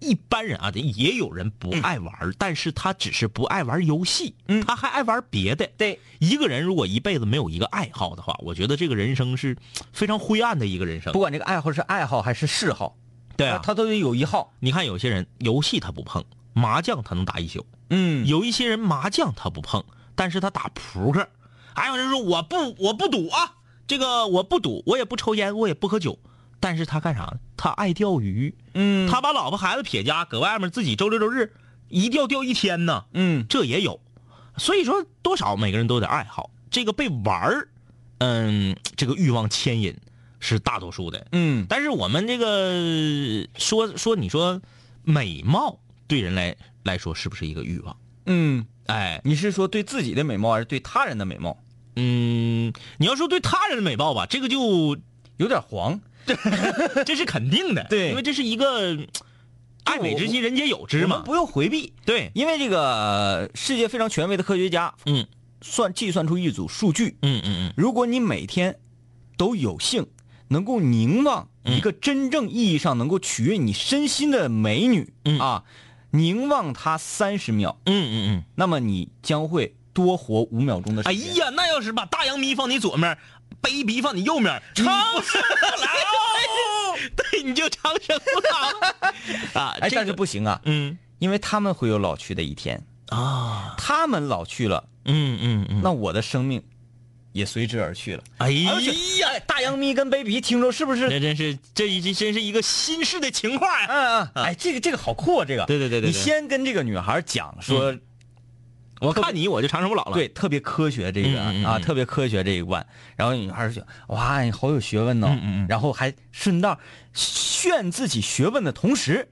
Speaker 4: 一般人啊，也有人不爱玩，但是他只是不爱玩游戏，
Speaker 3: 嗯
Speaker 4: 他还爱玩别的。
Speaker 3: 对，
Speaker 4: 一个人如果一辈子没有一个爱好的话，我觉得这个人生是非常灰暗的一个人生
Speaker 3: 不。管这个爱好是爱好还是嗜好，
Speaker 4: 对啊，
Speaker 3: 他都得有一号。
Speaker 4: 你看有些人游戏他不碰，麻将他能打一宿；
Speaker 3: 嗯，
Speaker 4: 有一些人麻将他不碰，但是他打扑克。还有人说我不我不赌啊，这个我不赌，我也不抽烟，我也不喝酒，但是他干啥？他爱钓鱼。
Speaker 3: 嗯，
Speaker 4: 他把老婆孩子撇家，搁外面自己周六周日一钓钓一天呢，
Speaker 3: 嗯
Speaker 4: 这也有。所以说，多少每个人都有点爱好，这个被玩儿，嗯，这个欲望牵引是大多数的。
Speaker 3: 嗯，
Speaker 4: 但是我们这个说说，你说美貌对人来来说是不是一个欲望？
Speaker 3: 嗯，
Speaker 4: 哎，
Speaker 3: 你是说对自己的美貌还是对他人的美貌？
Speaker 4: 嗯，你要说对他人的美貌吧，这个 就
Speaker 3: 有点黄。
Speaker 4: 这是肯定的，
Speaker 3: 对
Speaker 4: 因为这是一个爱美之心，人皆有之
Speaker 3: 我
Speaker 4: 嘛
Speaker 3: 们，不用回避，
Speaker 4: 对，
Speaker 3: 因为这个呃世界非常权威的科学家
Speaker 4: 嗯
Speaker 3: 算计算出一组数据，
Speaker 4: 嗯嗯
Speaker 3: 如果你每天都有幸能够凝望
Speaker 4: 嗯
Speaker 3: 一个真正意义上能够取悦你身心的美女、
Speaker 4: 嗯
Speaker 3: 啊，凝望她三十秒，
Speaker 4: 嗯嗯嗯嗯。
Speaker 3: 那么你将会多活五秒钟的
Speaker 4: 哎
Speaker 3: 时间。
Speaker 4: 呀，那要是把大洋迷放你左面，卑鄙放你右面，长生不老， 对，你就长生不老啊！
Speaker 3: 哎，
Speaker 4: 这
Speaker 3: 但是
Speaker 4: 个，
Speaker 3: 不行啊，
Speaker 4: 嗯
Speaker 3: 因为他们会有老去的一天，
Speaker 4: 啊，
Speaker 3: 他们老去了，
Speaker 4: 嗯嗯嗯，
Speaker 3: 那我的生命也随之而去了。
Speaker 4: 哎
Speaker 3: 而且
Speaker 4: 呀，哎
Speaker 3: 哎，大洋迷跟卑鄙听着是不是？
Speaker 4: 这真是这一这真是一个新式的情啊话呀！
Speaker 3: 嗯嗯，哎，这个这个好酷啊，这个。
Speaker 4: 对对对对对嗯
Speaker 3: 你先跟这个女孩讲说，
Speaker 4: 我看你我就长生不老了。
Speaker 3: 对，特别科学这个
Speaker 4: 嗯嗯嗯
Speaker 3: 啊，特别科学这一关。然后女孩就觉得哇，你好有学问呢
Speaker 4: 嗯嗯嗯。
Speaker 3: 然后还顺道炫自己学问的同时，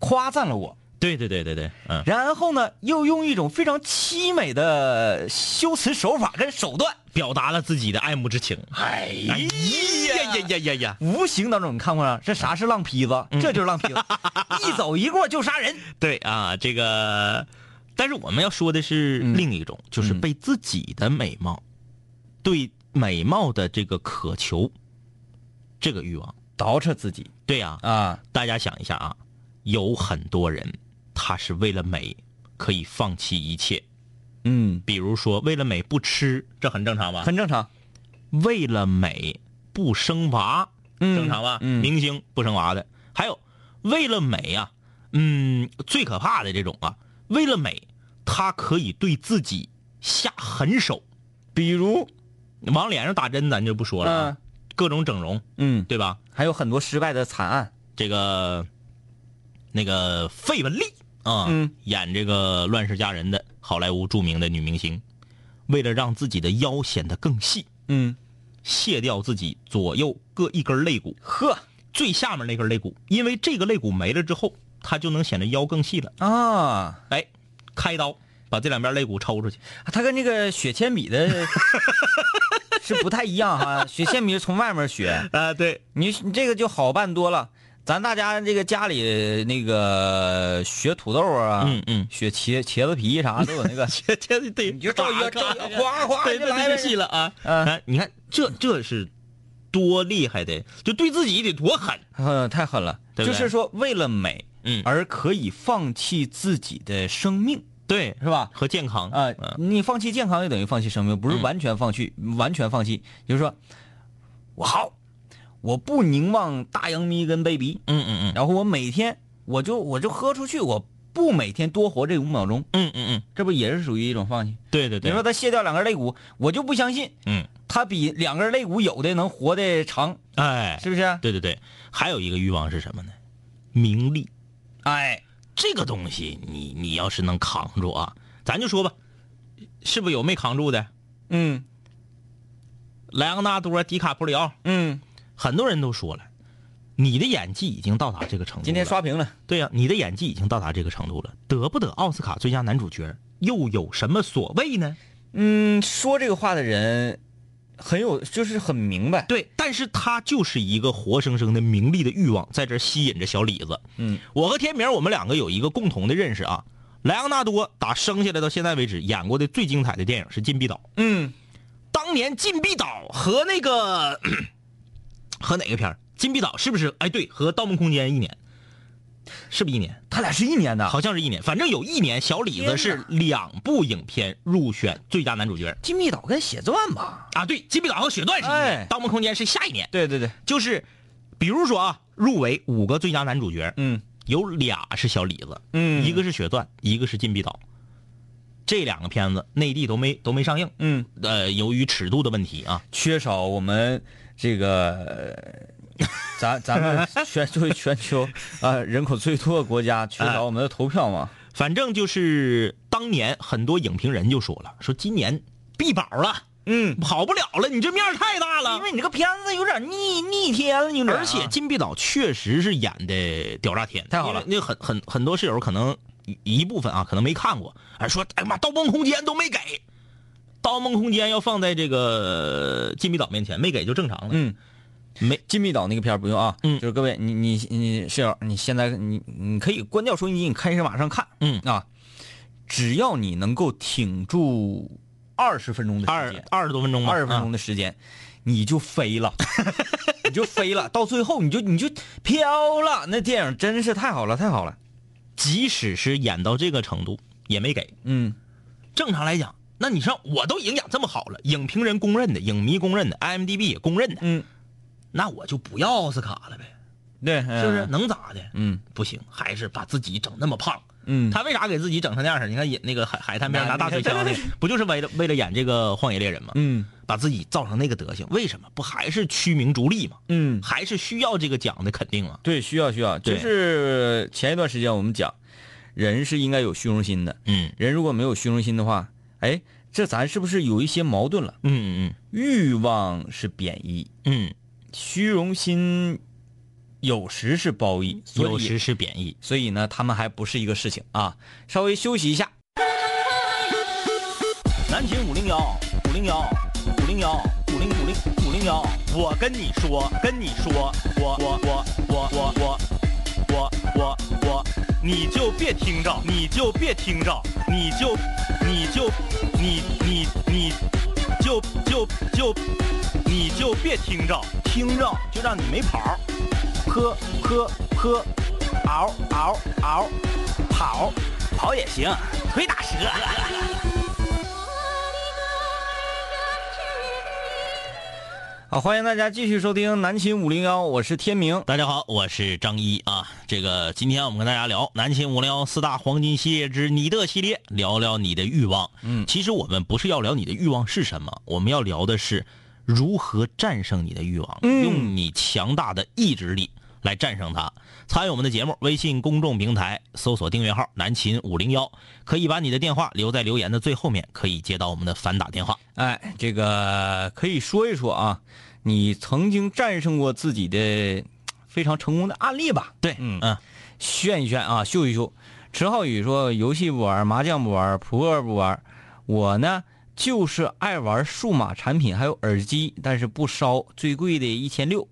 Speaker 3: 夸赞了我。
Speaker 4: 对对对对对，嗯，
Speaker 3: 然后呢，又用一种非常凄美的修辞手法跟手段，
Speaker 4: 表达了自己的爱慕之情。哎呀呀呀呀呀！
Speaker 3: 无形当中你看过吗？这啥是浪坯子？
Speaker 4: 嗯
Speaker 3: 这就是浪坯 子，一走一过就杀人。
Speaker 4: 对啊，这个，但是我们要说的是另一种，就是被自己的美貌、对美貌的这个渴求，这个欲望。
Speaker 3: 捯饬自己
Speaker 4: 对呀、
Speaker 3: 啊，
Speaker 4: 大家想一下啊，有很多人他是为了美可以放弃一切，
Speaker 3: 嗯，
Speaker 4: 比如说为了美不吃，这很正常吧？
Speaker 3: 很正常。
Speaker 4: 为了美不生娃，
Speaker 3: 嗯
Speaker 4: 正常吧？
Speaker 3: 嗯
Speaker 4: 明星不生娃的，还有为了美啊，嗯，最可怕的这种啊，为了美，他可以对自己下狠手，
Speaker 3: 比如，
Speaker 4: 往脸上打针咱就不说了啊，各种整容，
Speaker 3: 嗯，
Speaker 4: 对吧？
Speaker 3: 还有很多失败的惨案。
Speaker 4: 这个那个费雯丽啊，
Speaker 3: 嗯
Speaker 4: 演这个《乱世佳人》的好莱坞著名的女明星，为了让自己的腰显得更细，
Speaker 3: 嗯，
Speaker 4: 卸掉自己左右各一根肋骨。
Speaker 3: 呵
Speaker 4: 最下面那根肋骨，因为这个肋骨没了之后，它就能显得腰更细了。
Speaker 3: 啊，
Speaker 4: 哎，开刀把这两边肋骨抽出去。
Speaker 3: 它跟这个雪铅笔的 是不太一样哈，雪铅笔是从外面雪，
Speaker 4: 啊、对，
Speaker 3: 你你这个就好办多了。咱大家这个家里那个雪土豆啊，
Speaker 4: 嗯嗯，，
Speaker 3: 雪茄茄子皮啥都有那个
Speaker 4: 这这对，
Speaker 3: 你就照一个照一个，哗哗
Speaker 4: 对，
Speaker 3: 就来
Speaker 4: 这就细
Speaker 3: 呗。
Speaker 4: 了啊。
Speaker 3: 嗯
Speaker 4: 哎，你看这这是多厉害的，就对自己得多狠。
Speaker 3: 嗯， 太狠了，
Speaker 4: 对不
Speaker 3: 就
Speaker 4: 对
Speaker 3: 是说为了美，
Speaker 4: 嗯
Speaker 3: 而可以放弃自己的生命，
Speaker 4: 对，
Speaker 3: 是吧？
Speaker 4: 和健康
Speaker 3: 啊、
Speaker 4: 嗯
Speaker 3: 你放弃健康就等于放弃生命，不是
Speaker 4: 嗯
Speaker 3: 完全放弃，完全放弃，就是说，我好，我不凝望大洋迷跟贝比，
Speaker 4: 嗯嗯嗯
Speaker 3: 然后我每天我就我就喝出去，我不每天多活这五秒钟，
Speaker 4: 嗯嗯嗯，
Speaker 3: 这不也是属于一种放弃？
Speaker 4: 对对
Speaker 3: 你
Speaker 4: 对，
Speaker 3: 说他卸掉两根肋骨，我就不相信
Speaker 4: 嗯，
Speaker 3: 他比两根肋骨有的能活得长，
Speaker 4: 哎，
Speaker 3: 是不是？
Speaker 4: 对对对，还有一个欲望是什么呢？名利。
Speaker 3: 哎，
Speaker 4: 这个东西你，你要是能扛住啊，咱就说吧，是不是有没扛住的？
Speaker 3: 嗯
Speaker 4: 莱昂纳多、迪卡普里奥，
Speaker 3: 嗯，
Speaker 4: 很多人都说了，你的演技已经到达这个程度了。
Speaker 3: 今天刷屏了，
Speaker 4: 对呀、你的演技已经到达这个程度了，得不得奥斯卡最佳男主角又有什么所谓呢？
Speaker 3: 嗯，说这个话的人很有，就是很明白，
Speaker 4: 对，但是他就是一个活生生的名利的欲望在这儿吸引着小李子。
Speaker 3: 嗯，
Speaker 4: 我和天明，我们两个有一个共同的认识啊，莱昂纳多打生下来到现在为止演过的最精彩的电影是《禁闭岛》。
Speaker 3: 嗯。
Speaker 4: 当年禁闭岛和那个 和哪个片儿？禁闭岛是不是？哎，对，和《盗梦空间》一年。是不是一年？
Speaker 3: 他俩是一年的，
Speaker 4: 好像是一年，反正有一年，小李子是两部影片入选最佳男主角
Speaker 3: 金密岛跟血钻吧？
Speaker 4: 啊。对，《金笔岛》和《血钻》是一年，
Speaker 3: 哎
Speaker 4: 盗梦空间》是下一年。
Speaker 3: 对对对，
Speaker 4: 就是，比如说啊，入围五个最佳男主角，
Speaker 3: 嗯，
Speaker 4: 有俩是小李子，
Speaker 3: 嗯
Speaker 4: 一个是血钻，一个是禁闭岛，这两个片子内地都没都没上映，
Speaker 3: 嗯，
Speaker 4: 呃，由于尺度的问题啊，
Speaker 3: 缺少我们这个， 呃咱咱们全作为全球啊、呃人口最多的国家，缺少我们的投票嘛？
Speaker 4: 反正就是当年很多影评人就说了，说今年必保了，
Speaker 3: 嗯，
Speaker 4: 跑不了了，你这面儿太大了
Speaker 3: 因。为你这个片子有点逆逆天了，有点啊、
Speaker 4: 而且金臂岛确实是演的屌炸天，
Speaker 3: 太好了
Speaker 4: 因为那很很很多室友可能一一部分啊，可能没看过，哎，说哎呀妈，《盗梦空间》都没给，《盗梦空间》要放在这个呃金臂岛面前，没给就正常了。
Speaker 3: 嗯，
Speaker 4: 没
Speaker 3: 金密岛那个片儿不用啊，
Speaker 4: 嗯
Speaker 3: 就是各位，你你你室友，你现在你你可以关掉收音机，你开始马上看，
Speaker 4: 嗯
Speaker 3: 啊，只要你能够挺住二十分钟的时
Speaker 4: 二
Speaker 3: 间，
Speaker 4: 二十多分钟吧，
Speaker 3: 二十分钟
Speaker 4: 啊
Speaker 3: 的时间，你就飞 了，你就飞了，到最后你就你就飘了，那电影真是太好了，太好了，
Speaker 4: 即使是演到这个程度也没给。
Speaker 3: 嗯
Speaker 4: 正常来讲，那你上我都已经演这么好了，影评人公认的，影迷公认的，IMDB 也公认的，
Speaker 3: 嗯，
Speaker 4: 那我就不要奥斯卡了呗，
Speaker 3: 对，
Speaker 4: 是不是？
Speaker 3: 嗯？
Speaker 4: 能咋的？
Speaker 3: 嗯
Speaker 4: 不行，还是把自己整那么胖。
Speaker 3: 嗯，
Speaker 4: 他为啥给自己整成那样式儿？你看演那个海海滩边
Speaker 3: 那
Speaker 4: 拿大水枪那
Speaker 3: 对
Speaker 4: 个，不就是为了为了演这个《荒野猎人》吗？
Speaker 3: 嗯
Speaker 4: 把自己造成那个德行，为什么不还是趋名逐利吗？
Speaker 3: 嗯。
Speaker 4: 还是需要这个奖的肯定吗？
Speaker 3: 对，需要需要，就
Speaker 4: 对
Speaker 3: 是前一段时间我们讲，人是应该有虚荣心的，
Speaker 4: 嗯
Speaker 3: 人如果没有虚荣心的话，哎，这咱是不是有一些矛盾了？
Speaker 4: 嗯嗯
Speaker 3: 欲望是贬义，
Speaker 4: 嗯，
Speaker 3: 虚荣心有时是褒义，所以
Speaker 4: 有时是贬义。
Speaker 3: 所以呢，他们还不是一个事情啊。稍微休息一下。
Speaker 4: 南秦五零幺五零幺五零幺五零五零五零幺，我跟你说，跟你说，我我我我我我我我我，你就别听着，你就别听着，你就你就你你你就就就你就别听着，听着就让你没跑儿，喝喝喝，嗷嗷嗷，跑跑也行，腿打折。
Speaker 3: 好，欢迎大家继续收听南秦五零幺，我是天明。
Speaker 4: 大家好，我是张一啊。这个今天我们跟大家聊南秦五零幺四大黄金系列之你的系列，聊聊你的欲望。嗯，其实我们不是要聊你的欲望是什么，我们要聊的是如何战胜你的欲望，用你强大的意志力来战胜它。参与我们的节目，微信公众平台搜索订阅号“南秦五零幺”，可以把你的电话留在留言的最后面，可以接到我们的反打电话。
Speaker 3: 哎，这个可以说一说啊，你曾经战胜过自己的非常成功的案例吧？
Speaker 4: 对，
Speaker 3: 嗯
Speaker 4: 嗯
Speaker 3: 炫一炫啊，秀一秀。池浩宇说：“游戏不玩，麻将不玩，扑克不玩，我呢就是爱玩数码产品，还有耳机，但是不烧，最贵的一千六。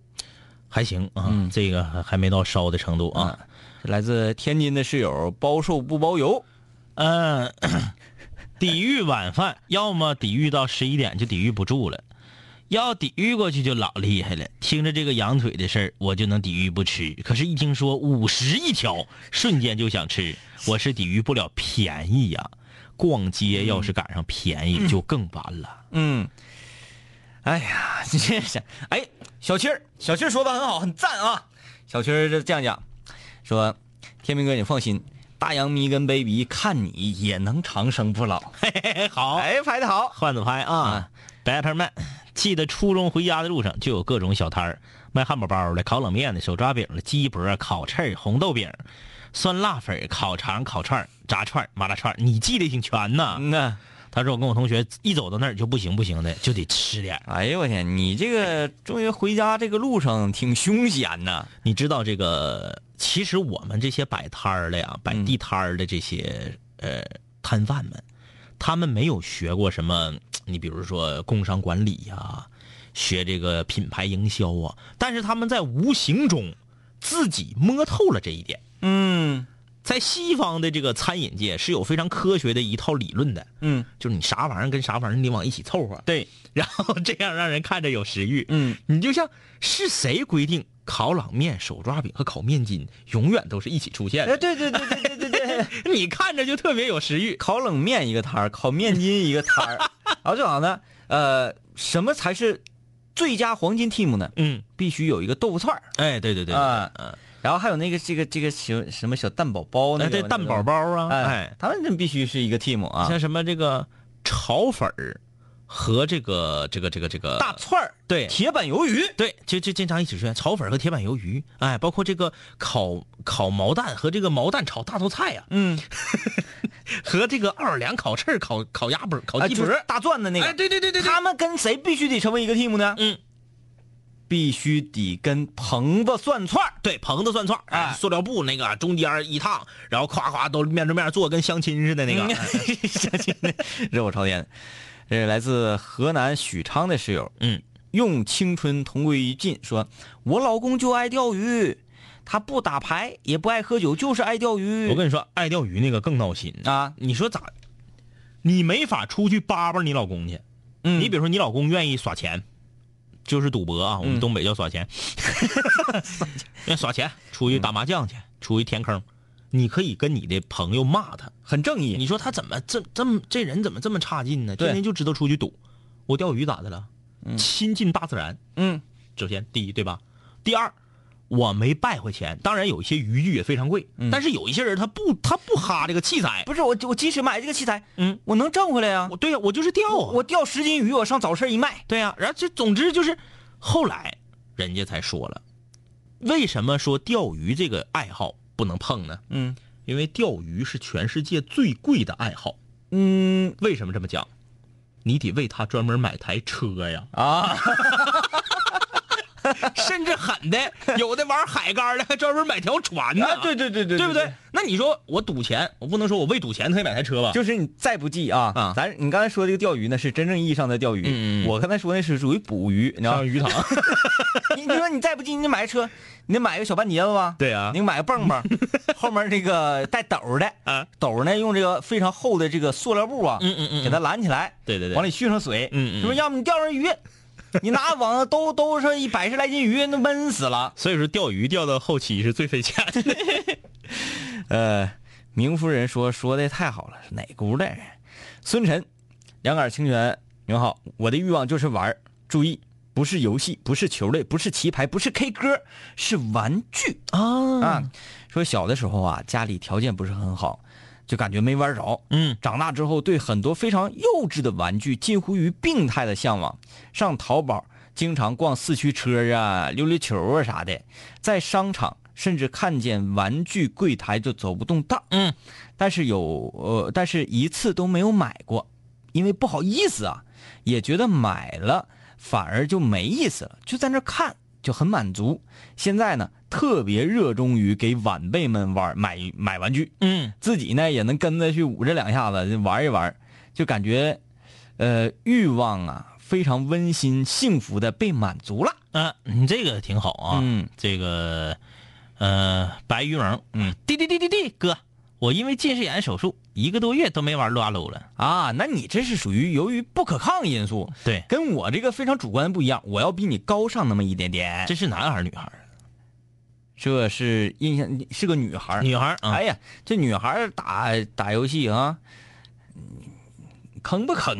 Speaker 4: 还行啊，这个还还没到烧的程度啊。”
Speaker 3: 来自天津的室友，包售不包邮。
Speaker 4: 嗯， 抵御晚饭，要么抵御到十一点就抵御不住了，要抵御过去就老厉害了。听着这个羊腿的事儿，我就能抵御不吃。可是，一听说五十一条，瞬间就想吃，我是抵御不了便宜呀、逛街要是赶上便宜，就更完了。
Speaker 3: 嗯，哎呀，你这想，哎，小七儿，小七儿说的很好，很赞啊。小七儿是这样讲，说：“天明哥，你放心，大洋迷跟 baby 看你也能长生不老。
Speaker 4: 哎，好
Speaker 3: 哎，排的好。
Speaker 4: 换子拍啊，Better Man。记得初中回家的路上就有各种小摊儿，卖汉堡包的、烤冷面的、手抓饼的、鸡脖、啊烤翅儿、红豆饼儿、酸辣粉儿、烤肠、烤串儿、炸串儿、麻辣串儿，你记得挺全呐。
Speaker 3: 嗯呐。
Speaker 4: 他说我跟我同学一走到那儿就不行不行的，就得吃点儿。
Speaker 3: 哎呦我天，你这个终于回家这个路上挺凶险呐！
Speaker 4: 你知道这个，其实我们这些摆摊儿的呀，摆地摊儿的这些、呃摊贩们，他们没有学过什么，你比如说工商管理呀、学这个品牌营销啊，但是他们在无形中自己摸透了这一点。
Speaker 3: 嗯
Speaker 4: 在西方的这个餐饮界是有非常科学的一套理论的，
Speaker 3: 嗯，
Speaker 4: 就是你啥玩意儿跟啥玩意儿你得往一起凑合，
Speaker 3: 对，
Speaker 4: 然后这样让人看着有食欲。
Speaker 3: 嗯，
Speaker 4: 你就像是谁规定烤冷面、手抓饼和烤面筋永远都是一起出现
Speaker 3: 哎，
Speaker 4: 的？
Speaker 3: 对对对对对对 对，
Speaker 4: 你看着就特别有食欲。
Speaker 3: 哎烤冷面一个摊儿，烤面筋一个摊儿，然后正好呢，呃，什么才是最佳黄金 team 呢？
Speaker 4: 嗯，
Speaker 3: 必须有一个豆腐串儿
Speaker 4: 哎，对对对对，
Speaker 3: 啊
Speaker 4: 嗯，
Speaker 3: 然后还有那个这个这个什什么小蛋宝宝那
Speaker 4: 哎，
Speaker 3: 个，
Speaker 4: 对蛋宝，包啊，
Speaker 3: 哎
Speaker 4: 哎，，
Speaker 3: 他们这必须是一个 team 啊，
Speaker 4: 像什么这个炒粉儿和这个这个这个这个
Speaker 3: 大串儿、
Speaker 4: 呃对哦
Speaker 3: 铁板鱿鱼，
Speaker 4: 对，就就经常一起出现炒粉儿和铁板鱿鱼，哎，包括这个烤烤毛蛋和这个毛蛋炒大头菜呀、
Speaker 3: 嗯，
Speaker 4: 和这个奥尔良烤翅儿、烤烤鸭脖儿、烤
Speaker 3: 啊，
Speaker 4: 鸡
Speaker 3: 就
Speaker 4: 脖
Speaker 3: 是
Speaker 4: 儿，
Speaker 3: 大钻的那个，
Speaker 4: 哎，对对对对对，
Speaker 3: 他们跟谁必须得成为一个 team 呢？
Speaker 4: 嗯，
Speaker 3: 必须得跟棚子涮串儿。
Speaker 4: 对棚子涮串儿，
Speaker 3: 哎
Speaker 4: 塑料布那个啊中间儿一烫，然后夸夸都面对面坐，跟相亲似的那个，
Speaker 3: 嗯
Speaker 4: 哎
Speaker 3: 相亲的热火朝天，这来自河南许昌的室友，
Speaker 4: 嗯，
Speaker 3: 用青春同归于尽说，我老公就爱钓鱼，他不打牌也不爱喝酒，就是爱钓鱼。
Speaker 4: 我跟你说，爱钓鱼那个更闹心
Speaker 3: 啊！
Speaker 4: 你说咋？你没法出去叭叭你老公去。
Speaker 3: 嗯
Speaker 4: 你比如说，你老公愿意耍钱，就是赌博啊，我
Speaker 3: 嗯
Speaker 4: 们东北叫耍 钱。愿意耍钱，出去打麻将
Speaker 3: 嗯
Speaker 4: 去，出去填坑，你可以跟你的朋友骂他。
Speaker 3: 很正义，
Speaker 4: 你说他怎么这这么这人怎么这么差劲呢？
Speaker 3: 对
Speaker 4: 天天就知道出去赌。我钓鱼咋的了？亲近大自然，
Speaker 3: 嗯，
Speaker 4: 首先第一对吧？第二，我没败回钱，当然有一些渔具也非常贵，
Speaker 3: 嗯
Speaker 4: 但是有一些人他不他不哈这个器材，
Speaker 3: 不是我，我即使买这个器材，
Speaker 4: 嗯，
Speaker 3: 我能挣回来呀、
Speaker 4: 我对呀、我就是钓啊，
Speaker 3: 我钓十斤鱼，我上早市一卖，
Speaker 4: 对呀、然后就总之就是后来人家才说了，为什么说钓鱼这个爱好不能碰呢？
Speaker 3: 嗯
Speaker 4: 因为钓鱼是全世界最贵的爱好。
Speaker 3: 嗯，
Speaker 4: 为什么这么讲？你得为他专门买台车呀
Speaker 3: 啊，
Speaker 4: 甚至狠的，有的玩海竿的还专门买条船呢。
Speaker 3: 啊对对对对，
Speaker 4: 对不对？？那你说我赌钱，我不能说我为赌钱特意买台车吧？
Speaker 3: 就是你再不济啊，
Speaker 4: 啊
Speaker 3: 咱你刚才说这个钓鱼呢，是真正意义上的钓鱼。
Speaker 4: 嗯嗯嗯
Speaker 3: 我刚才说那是属于捕鱼，你知道吗
Speaker 4: 上？鱼 塘，
Speaker 3: 你你说你再不济，你得买个车，你得买个小半截子吧？
Speaker 4: 对啊
Speaker 3: 你买个蹦 蹦，后面这个带斗儿的，
Speaker 4: 啊，
Speaker 3: 斗呢用这个非常厚的这个塑料布啊，
Speaker 4: 嗯嗯嗯
Speaker 3: 给它拦起来，
Speaker 4: 对对对
Speaker 3: 往里蓄上水，
Speaker 4: 嗯嗯嗯
Speaker 3: 是不是？要么你钓上鱼，你拿网兜兜上一百十来斤鱼，那闷死了。
Speaker 4: 所以说钓鱼钓到后期是最费钱的。
Speaker 3: 呃，明夫人说说的太好了，是哪轱的人？孙晨，两杆清泉，你们好，我的欲望就是玩儿注意，不是游戏，不是球类，不是棋牌，不是 K 歌，是玩具
Speaker 4: 啊
Speaker 3: 啊。说小的时候啊，家里条件不是很好，就感觉没玩着。
Speaker 4: 嗯，
Speaker 3: 长大之后对很多非常幼稚的玩具近乎于病态的向往，上淘宝经常逛四驱车啊、溜溜球啊啥的，在商场甚至看见玩具柜台就走不动道。
Speaker 4: 嗯，
Speaker 3: 但是有呃，但是一次都没有买过，因为不好意思啊，也觉得买了反而就没意思了，就在那儿看就很满足。现在呢，特别热衷于给晚辈们玩买买玩具，
Speaker 4: 嗯，
Speaker 3: 自己呢也能跟着去捂着两下子玩一玩，就感觉，呃，欲望啊非常温馨、幸福的被满足了。
Speaker 4: 啊，你这个挺好啊。
Speaker 3: 嗯，
Speaker 4: 这个，呃，白鱼萌，
Speaker 3: 嗯，
Speaker 4: 滴滴滴滴滴，哥，我因为近视眼手术一个多月都没玩撸啊撸了。
Speaker 3: 啊，那你这是属于由于不可抗因素，
Speaker 4: 对，
Speaker 3: 跟我这个非常主观不一样，我要比你高尚那么一点点。
Speaker 4: 这是男孩儿女孩儿？
Speaker 3: 这是印象是个女孩儿，
Speaker 4: 女孩儿啊
Speaker 3: 哎，呀，这女孩儿打打游戏啊，坑不坑？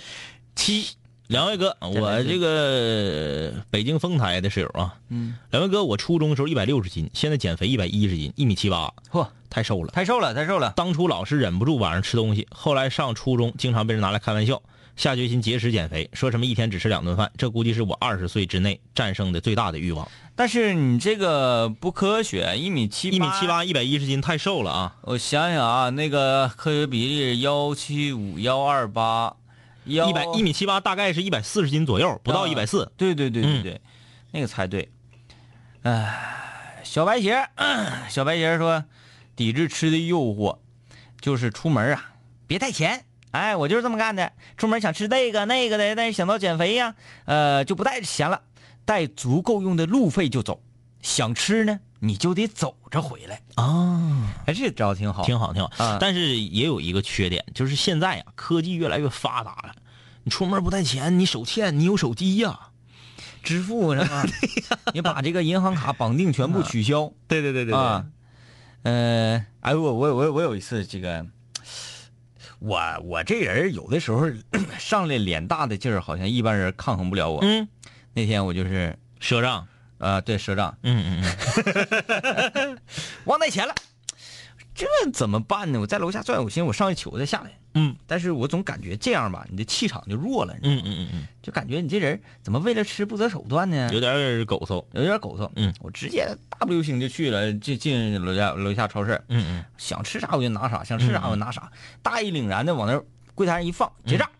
Speaker 4: 七。两位哥，我这个呃北京丰台的室友啊，
Speaker 3: 嗯，
Speaker 4: 两位哥，我初中的时候一百六十斤，现在减肥一百一十斤，一米七八，
Speaker 3: 嚯，
Speaker 4: 太瘦了。
Speaker 3: 太瘦了，太瘦了。
Speaker 4: 当初老是忍不住晚上吃东西，后来上初中经常被人拿来开玩笑，下决心节食减肥，说什么一天只吃两顿饭，这估计是我二十岁之内战胜的最大的欲望。
Speaker 3: 但是你这个不科学，一米七，
Speaker 4: 一米七。八，一百一十斤，太瘦了啊！
Speaker 3: 我想想啊，那个科学比例幺七五幺二八，
Speaker 4: 一百一，米七八大概是一百四十斤左右，不到
Speaker 3: 啊
Speaker 4: 一百四。
Speaker 3: 对对对对对，那个才对。哎，小白鞋， 小白鞋说，抵制吃的诱惑，就是出门啊，别带钱。哎，我就是这么干的，出门想吃这个那个的，但是想到减肥呀、呃，就不带钱了，带足够用的路费就走。想吃呢，你就得走着回来。
Speaker 4: 啊，
Speaker 3: 哎，这招挺好，
Speaker 4: 挺好，挺嗯好。
Speaker 3: 啊
Speaker 4: 但是也有一个缺点，就是现在啊，科技越来越发达了，你出门不带钱，你手欠，你有手机呀、
Speaker 3: 支付 是吧？你把这个银行卡绑定全部取消。
Speaker 4: 对对对对
Speaker 3: 啊，呃，哎，我我我我有一次这个，我我这人有的时候 上来脸大的劲儿，好像一般人抗衡不了我。
Speaker 4: 嗯，
Speaker 3: 那天我就是
Speaker 4: 赊账，
Speaker 3: 呃，对社长
Speaker 4: 嗯嗯嗯，
Speaker 3: 忘带钱了，这怎么办呢？我在楼下转悠，我寻思我上去取，我再下来。
Speaker 4: 嗯，
Speaker 3: 但是我总感觉这样吧，你的气场就弱了，你知道吗
Speaker 4: 嗯嗯嗯
Speaker 3: 就感觉你这人怎么为了吃不择手段呢
Speaker 4: 嗯，？有点儿狗搜，
Speaker 3: 有点狗头，
Speaker 4: 嗯，
Speaker 3: 我直接大步流星就去了，就进楼下楼下超市，
Speaker 4: 嗯嗯，
Speaker 3: 想吃啥我就拿啥，想吃啥我就拿啥，大义凛然的往那儿柜台上一放，
Speaker 4: 嗯
Speaker 3: 结账，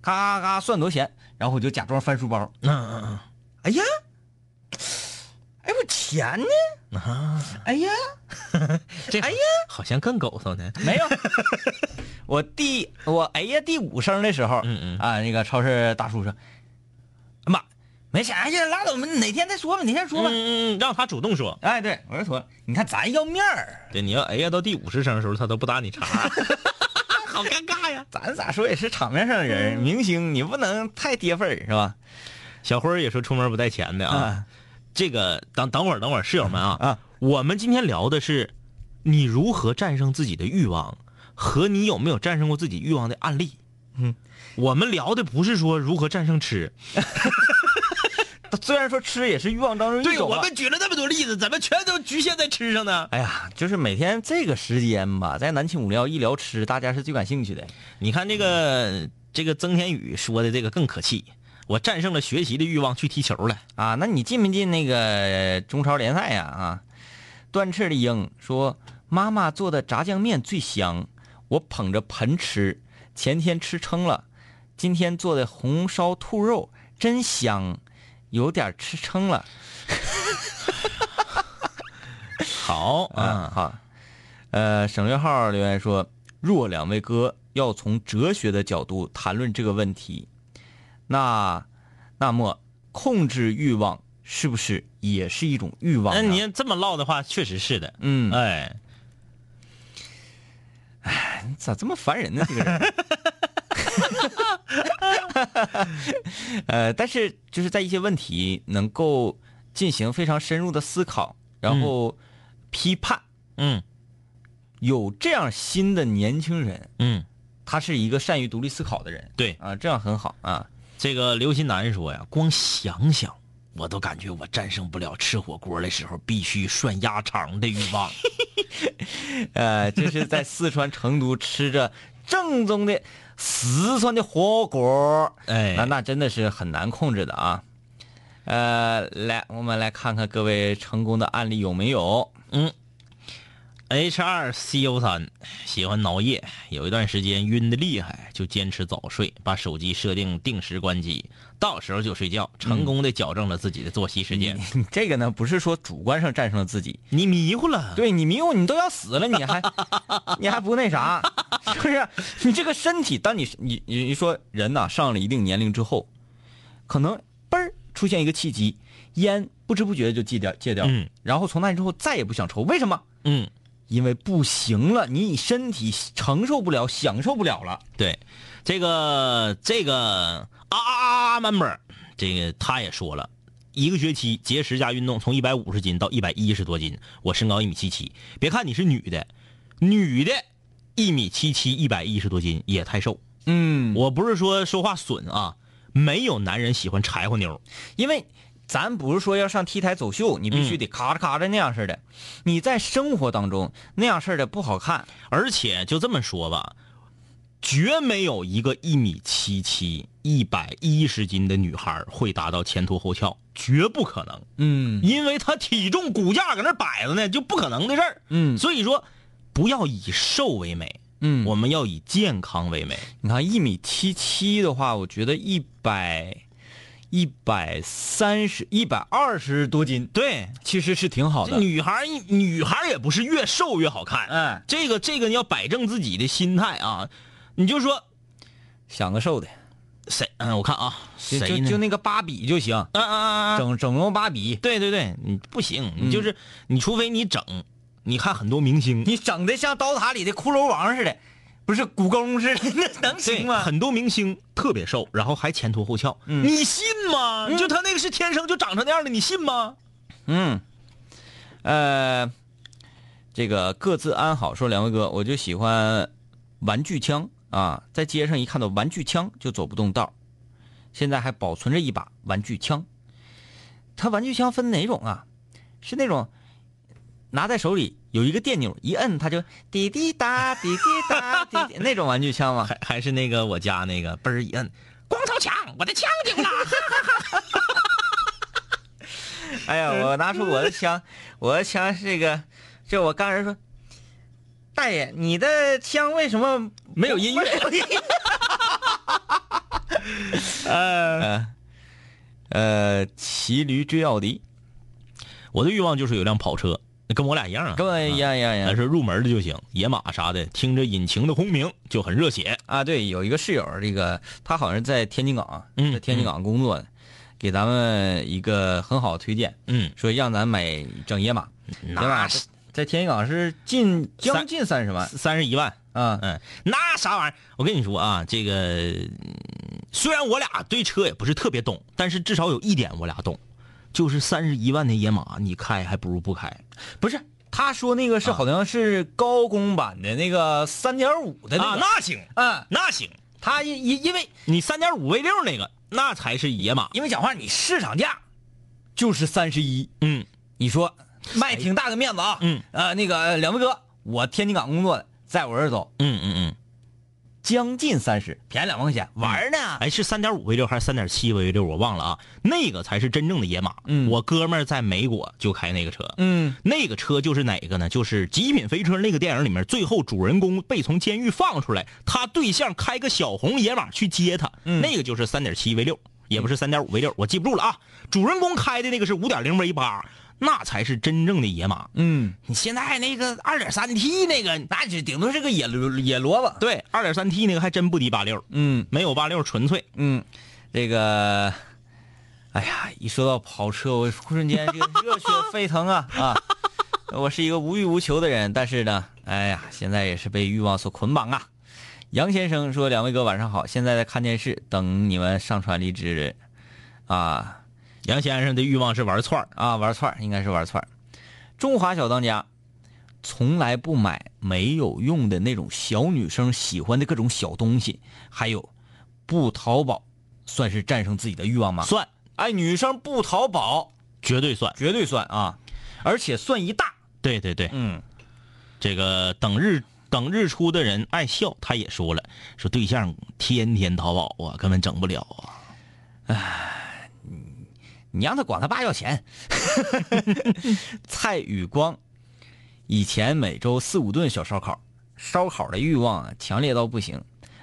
Speaker 3: 咔咔咔算多少钱，然后我就假装翻书包，
Speaker 4: 嗯嗯
Speaker 3: 哎呀，哎我钱呢？
Speaker 4: 啊
Speaker 3: 哎呀，
Speaker 4: 嗯，这
Speaker 3: 哎呀，
Speaker 4: 好像更狗搜呢，
Speaker 3: 没有，我第我哎呀第五声的时候，
Speaker 4: 嗯嗯
Speaker 3: 啊那个超市大叔说，妈没钱，哎呀拉倒吧，哪天再说吧，哪天说吧，
Speaker 4: 嗯嗯，让他主动说，
Speaker 3: 哎对我就说，你看咱要面儿。
Speaker 4: 对，你要哎呀到第五十声的时候，他都不搭你茬， 好尴尬呀。
Speaker 3: 咱咋说也是场面上的人，
Speaker 4: 嗯
Speaker 3: 明星你不能太跌份儿是吧？
Speaker 4: 小辉儿也说出门不带钱的啊，
Speaker 3: 啊
Speaker 4: 这个等等会儿等会儿，室友们啊，
Speaker 3: 啊，
Speaker 4: 我们今天聊的是你如何战胜自己的欲望，和你有没有战胜过自己欲望的案例。
Speaker 3: 嗯，
Speaker 4: 我们聊的不是说如何战胜吃，
Speaker 3: 虽然说吃也是欲望当中一种啊，
Speaker 4: 举了那么多例子，怎么全都局限在吃上呢？
Speaker 3: 哎呀，就是每天这个时间吧，在南青五聊一聊吃，大家是最感兴趣的。
Speaker 4: 你看这个这个曾天宇说的这个更可气，我战胜了学习的欲望去踢球了。
Speaker 3: 啊，那你进没进那个中超联赛呀？啊，断翅的鹰说：“妈妈做的炸酱面最香，我捧着盆吃。前天吃撑了，今天做的红烧兔肉真香，有点吃撑了。
Speaker 4: 好啊，
Speaker 3: 啊，好，呃，省略号留言说，若两位哥要从哲学的角度谈论这个问题，那那么控制欲望是不是也是一种欲望
Speaker 4: 那
Speaker 3: 呢？
Speaker 4: 你要这么唠的话，确实是的。
Speaker 3: 嗯，
Speaker 4: 哎，
Speaker 3: 咋这么烦人呢？这个 人。呃，但是就是在一些问题能够进行非常深入的思考，然后批判，
Speaker 4: 嗯
Speaker 3: 有这样新的年轻人，
Speaker 4: 嗯，
Speaker 3: 他是一个善于独立思考的人
Speaker 4: 对，
Speaker 3: 啊，这样很好啊。
Speaker 4: 这个刘新南说呀，光想想我都感觉我战胜不了吃火锅的时候必须涮鸭肠的欲望。
Speaker 3: 呃，这是在四川成都吃着正宗的四川的火锅，
Speaker 4: 哎
Speaker 3: 那那真的是很难控制的啊。呃，来，我们来看看各位成功的案例有没有？
Speaker 4: H 二 C O 三喜欢熬夜，有一段时间晕的厉害，就坚持早睡，把手机设定定时关机，到时候就睡觉，
Speaker 3: 嗯
Speaker 4: 成功的矫正了自己的作息时间。
Speaker 3: 你 这个呢，不是说主观上战胜了自己，
Speaker 4: 你迷糊 了，
Speaker 3: 对你迷糊，你都要死了，你还 你还不那啥，是不是？你这个身体，当你你你你说人呐、上了一定年龄之后，可能嘣儿出现一个契机，烟不知不觉就戒掉戒掉，
Speaker 4: 嗯
Speaker 3: 然后从那之后再也不想抽，为什么？
Speaker 4: 嗯，
Speaker 3: 因为不行了，你身体承受不了，享受不了了。
Speaker 4: 对，这个这个啊啊啊 member，这个他也说了。一个学期节食加运动，从一百五十斤到一百一十多斤。我身高一米七七，别看你是女的，女的一米七七，一百一十多斤也太瘦。
Speaker 3: 嗯，
Speaker 4: 我不是说说话损啊，没有男人喜欢柴火妞。
Speaker 3: 因为咱不是说要上 T 台走秀，你必须得咔着咔着那样似的。你在生活当中那样似的不好看，
Speaker 4: 而且就这么说吧，绝没有一个一米七七、一百一十斤的女孩会达到前凸后翘，绝不可能，
Speaker 3: 嗯
Speaker 4: 因为她体重骨架搁那摆着呢，就不可能的事儿。
Speaker 3: 嗯
Speaker 4: 所以说，不要以瘦为美，
Speaker 3: 嗯，
Speaker 4: 我们要以健康为美。
Speaker 3: 你看一米七七的话，我觉得一百一百三十、一百二十多斤，
Speaker 4: 对，
Speaker 3: 其实是挺好
Speaker 4: 这
Speaker 3: 的。
Speaker 4: 女孩儿女孩儿也不是越瘦越好看，
Speaker 3: 哎，
Speaker 4: 这个这个你要摆正自己的心态啊，你就说。
Speaker 3: 想个瘦的，
Speaker 4: 谁？嗯，我看啊，
Speaker 3: 就
Speaker 4: 谁
Speaker 3: 就
Speaker 4: 呢？
Speaker 3: 就那个芭比就行，
Speaker 4: 啊啊啊啊！
Speaker 3: 整整容芭比，
Speaker 4: 对对对，你不行，
Speaker 3: 嗯
Speaker 4: 你就是、你，除非你整，你看很多明星，
Speaker 3: 你整的像刀塔里的骷髅王似的，不是古宫似的， 那能
Speaker 4: 对
Speaker 3: 行吗？嗯
Speaker 4: 很多明星特别瘦，然后还前凸后翘，你信吗？就他那个是天生就长成那样的，你信吗？
Speaker 3: 嗯，呃，这个各自安好。说两位哥，我就喜欢玩具枪啊，在街上一看到玩具枪就走不动道儿。现在还保存着一把玩具枪。它玩具枪分哪种啊？是那种拿在手里有一个电钮，一摁它就滴滴答滴滴答滴滴那种玩具枪吗？
Speaker 4: 还还是那个我家那个嘣儿一摁，光头强，我的枪丢了。
Speaker 3: 哎呀，我拿出我的 枪，我的枪是个，这我刚才说，大爷，你的枪为什么没有 音乐？呃呃，骑驴追奥迪，
Speaker 4: 我的欲望就是有辆跑车，跟我俩一样啊，
Speaker 3: 跟我一样一样一
Speaker 4: 但
Speaker 3: 样
Speaker 4: 是入门的就行，野马啥的，听着引擎的轰鸣就很热血。
Speaker 3: 啊！对，有一个室友，这个他好像是在天津港，啊
Speaker 4: 嗯
Speaker 3: 在天津港工作的，给咱们一个很好的推荐，
Speaker 4: 嗯，
Speaker 3: 说让咱买整野马，野马
Speaker 4: 是
Speaker 3: 在天津港是近将
Speaker 4: 三
Speaker 3: 近三十万
Speaker 4: 三十一万，
Speaker 3: 啊，
Speaker 4: 嗯，那啥玩意儿？我跟你说啊，这个嗯虽然我俩对车也不是特别懂，但是至少有一点我俩懂，就是三十一万的野马，你开还不如不开。
Speaker 3: 不是，他说那个是好像是高功版的那个三点五的那
Speaker 4: 啊，
Speaker 3: 个。
Speaker 4: 那行，
Speaker 3: 嗯，
Speaker 4: 那行，
Speaker 3: 他因因因为
Speaker 4: 你三点五 V 六那个，那才是野马。
Speaker 3: 因为讲话你市场价就是三十一，
Speaker 4: 嗯，
Speaker 3: 你说卖挺大个面子啊。
Speaker 4: 嗯，
Speaker 3: 呃，那个两位哥，我天津港工作的，在我这儿走
Speaker 4: 嗯嗯嗯，
Speaker 3: 将近三十，便宜两万块钱，玩儿呢。
Speaker 4: 哎，是三点五 V 六还是三点七 V 六？我忘了啊，那个才是真正的野马。
Speaker 3: 嗯
Speaker 4: 我哥们儿在美国就开那个车。
Speaker 3: 嗯
Speaker 4: 那个车就是哪个呢？就是《极品飞车》那个电影里面，最后主人公被从监狱放出来，他对象开个小红野马去接他，
Speaker 3: 嗯
Speaker 4: 那个就是三点七 V 六，也不是三点五 V 六，我记不住了啊。主人公开的那个是五点零 V 八，那才是真正的野马。
Speaker 3: 嗯，
Speaker 4: 你现在那个二点三 T 那个，
Speaker 3: 那就顶多是个野萝野萝卜。
Speaker 4: 对，二点三 T 那个还真不敌八六，
Speaker 3: 嗯
Speaker 4: 没有八六纯粹。
Speaker 3: 嗯，这个，哎呀，一说到跑车，我忽瞬间这个热血沸腾啊啊！我是一个无欲无求的人，但是呢，哎呀，现在也是被欲望所捆绑啊。杨先生说：“两位哥晚上好，现在在看电视，等你们上传励志啊
Speaker 4: 杨先生的欲望是玩串儿，
Speaker 3: 啊玩串儿应该是玩串儿中华小当家从来不买没有用的那种小女生喜欢的各种小东西，还有不淘宝，算是战胜自己的欲望吗？
Speaker 4: 算
Speaker 3: 哎，女生不淘宝
Speaker 4: 绝对算。
Speaker 3: 绝对算啊，而且算一大。
Speaker 4: 对对对，
Speaker 3: 嗯
Speaker 4: 这个等日等日出的人爱笑，他也说了，说对象天天淘宝啊，根本整不了啊。
Speaker 3: 你让他管他爸要钱。 蔡宇光，以前每周四五顿小烧烤，烧烤的欲望啊强烈到不行。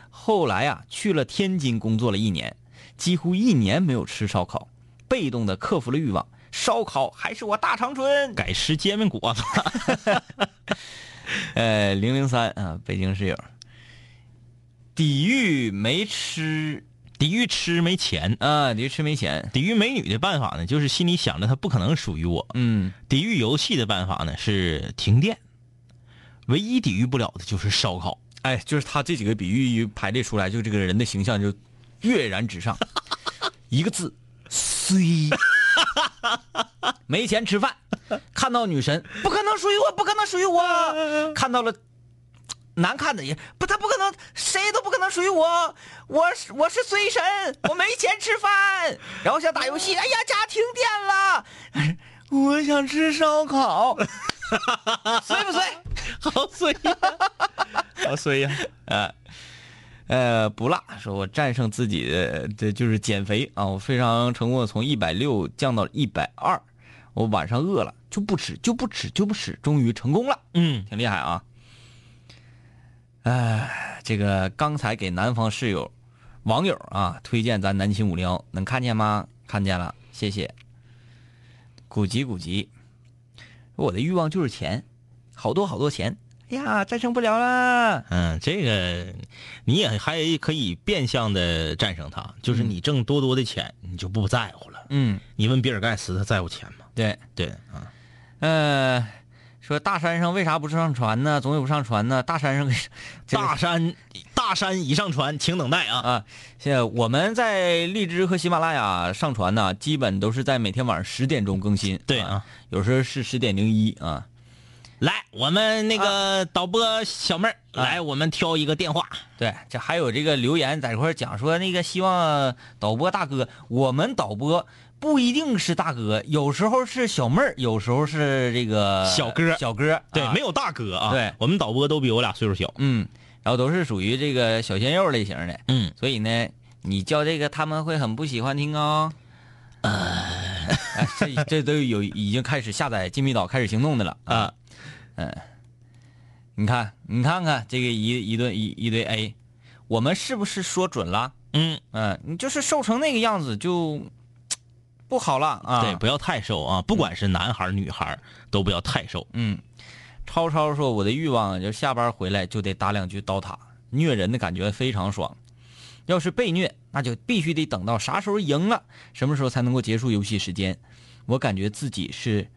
Speaker 3: 后来啊，去了天津工作了一年，几乎一年没有吃烧烤，被动的克服了欲望。烧烤还是我大长 春。
Speaker 4: 改吃煎啊饼果子，
Speaker 3: 呃，零零三啊，北京室友，抵御没吃
Speaker 4: 抵御吃没钱。
Speaker 3: 啊，抵御吃没钱。
Speaker 4: 抵御美女的办法呢，就是心里想着她不可能属于我；
Speaker 3: 嗯，
Speaker 4: 抵御游戏的办法呢是停电，唯一抵御不了的就是烧烤。
Speaker 3: 哎，就是他这几个比喻一排列出来，就这个人的形象就跃然纸上，一个字，衰。没钱吃饭，看到女神不可能属于我，不可能属于我，看到了难看的也不，他不可能，谁都不可能属于我，我是我是衰神，我没钱吃饭，然后想打游戏，哎呀，家停电了， 我想吃烧烤， 衰不衰？
Speaker 4: 好衰呀、好衰呀、
Speaker 3: 呃，不辣，说我战胜自己的，这就是减肥啊，我非常成功的从一百六降到一百二，我晚上饿了就不吃，就不吃，就不吃，终于成功了，
Speaker 4: 嗯，
Speaker 3: 挺厉害啊。哎，这个刚才给南方室友网友啊推荐咱南秦五零幺，能看见吗？看见了，谢谢。古籍古籍，我的欲望就是钱，好多好多钱，哎呀，战胜不了啦。
Speaker 4: 嗯，这个你也还可以变相的战胜他，就是你挣多多的钱，你就不在乎了。
Speaker 3: 嗯，
Speaker 4: 你问比尔盖茨，他在乎钱吗？
Speaker 3: 对，
Speaker 4: 对啊，
Speaker 3: 呃，说大山上为啥不上船呢？总也不上船呢？大山上给这个
Speaker 4: 大山大山已上船，请等待啊。
Speaker 3: 啊，现在我们在荔枝和喜马拉雅上传呢，基本都是在每天晚上十点钟更新。
Speaker 4: 对
Speaker 3: 啊
Speaker 4: 啊，
Speaker 3: 有时候是十点零一啊。
Speaker 4: 来，我们那个导播小妹儿，
Speaker 3: 啊
Speaker 4: 来，我们挑一个电话。
Speaker 3: 对，这还有这个留言在这块儿讲说，那个希望导播大哥，我们导播不一定是大哥，有时候是小妹儿，有时候是这个
Speaker 4: 小哥
Speaker 3: 小哥，
Speaker 4: 对，
Speaker 3: 啊
Speaker 4: 没有大哥啊。
Speaker 3: 对
Speaker 4: 我们导播都比我俩岁数小。
Speaker 3: 嗯，然后都是属于这个小鲜肉类型的，
Speaker 4: 嗯，
Speaker 3: 所以呢，你叫这个他们会很不喜欢听哦。 呃，这这都有已经开始下载《金密岛》开始行动的了啊，
Speaker 4: 啊，
Speaker 3: 你看，你看看这个一一对一一对 A，我们是不是说准了？
Speaker 4: 嗯，
Speaker 3: 嗯，你就是瘦成那个样子就不好了啊。
Speaker 4: 对，，不要太瘦啊，不管是男孩儿女孩儿都不要太瘦。
Speaker 3: 嗯，超超说我的欲望啊就是下班回来就得打两局刀塔，虐人的感觉非常爽。要是被虐，那就必须得等到啥时候赢了，什么时候才能够结束游戏时间。我感觉自己是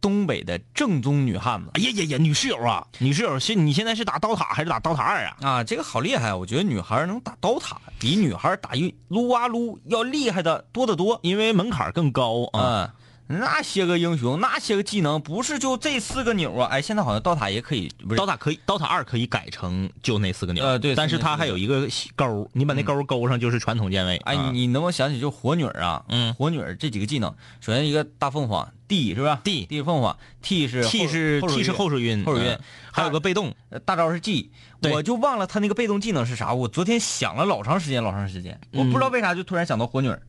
Speaker 3: 东北的正宗女汉子
Speaker 4: 哎呀呀呀，女室友啊，女室友是你现在是打刀塔还是打刀塔二啊？
Speaker 3: 啊，这个好厉害啊！我觉得女孩能打刀塔，比女孩打一撸啊撸要厉害的多得多。
Speaker 4: 因为门槛儿更高啊。
Speaker 3: 嗯，那些个英雄，那些个技能，不是就这四个钮啊？哎，现在好像刀塔也可以，不是
Speaker 4: 刀塔可以，刀塔二可以改成就那四个钮，
Speaker 3: 呃对
Speaker 4: 但是
Speaker 3: 是
Speaker 4: 它
Speaker 3: 那四个嗯
Speaker 4: 还有一个勾儿，你把那勾儿勾上就是传统键位。
Speaker 3: 哎，
Speaker 4: 啊
Speaker 3: 你能不能想起就火女儿啊？
Speaker 4: 嗯
Speaker 3: 火女儿这几个技能，首先一个大凤凰 D 是吧
Speaker 4: D
Speaker 3: D 是凤凰 T 是后
Speaker 4: T 是
Speaker 3: 手
Speaker 4: T 是
Speaker 3: 运
Speaker 4: 后手晕，
Speaker 3: 后手晕
Speaker 4: 嗯还有个被动，
Speaker 3: 呃大招是 G，
Speaker 4: 对
Speaker 3: 我就忘了他那个被动技能是啥。我昨天想了老长时间，老长时间，我不知道为啥就突然想到火女儿，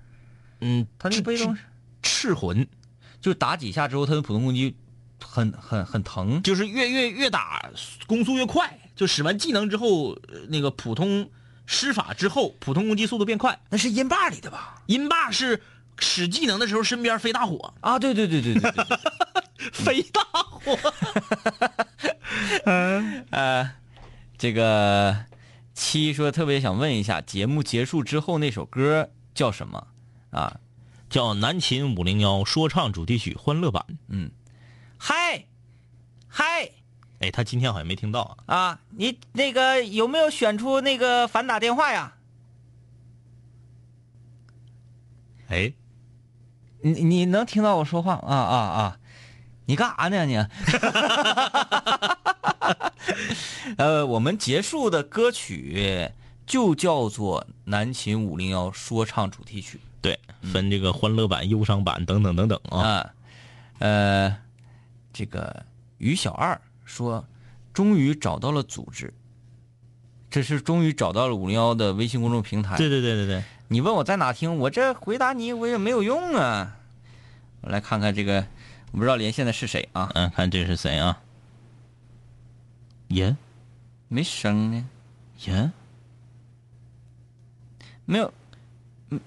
Speaker 4: 嗯，
Speaker 3: 他那个被动是
Speaker 4: 赤魂
Speaker 3: 就打几下之后，他的普通攻击很很很疼。
Speaker 4: 就是越越越打攻速越快，就使完技能之后，呃那个普通施法之后，普通攻击速度变快。
Speaker 3: 那是音霸里的吧？
Speaker 4: 银霸是使技能的时候身边飞大 火，
Speaker 3: 啊，对对对对对对对。
Speaker 4: 飞大火。
Speaker 3: 呃，这个七说特别想问一下，节目结束之后那首歌叫什么啊？
Speaker 4: 叫南秦五零幺说唱主题曲欢乐版。
Speaker 3: 嗨，嗨
Speaker 4: 哎，他今天好像没听到啊。
Speaker 3: 啊，你那个有没有选出那个反打电话呀？
Speaker 4: 哎，
Speaker 3: 你你能听到我说话吗啊啊啊！你干啥呢你？ 呃，我们结束的歌曲就叫做《南秦五零幺说唱主题曲
Speaker 4: 对，分这个欢乐版、忧伤版等等等等》啊。
Speaker 3: 啊。呃，这个于小二说，终于找到了组织，这是终于找到了五零幺的微信公众平台。
Speaker 4: 对对对对对，
Speaker 3: 你问我在哪听，我这回答你我也没有用啊。我来看看这个，我不知道连线的是谁啊？
Speaker 4: 嗯，看这是谁啊？耶
Speaker 3: 没声呢，
Speaker 4: 耶，
Speaker 3: 没有。嗯，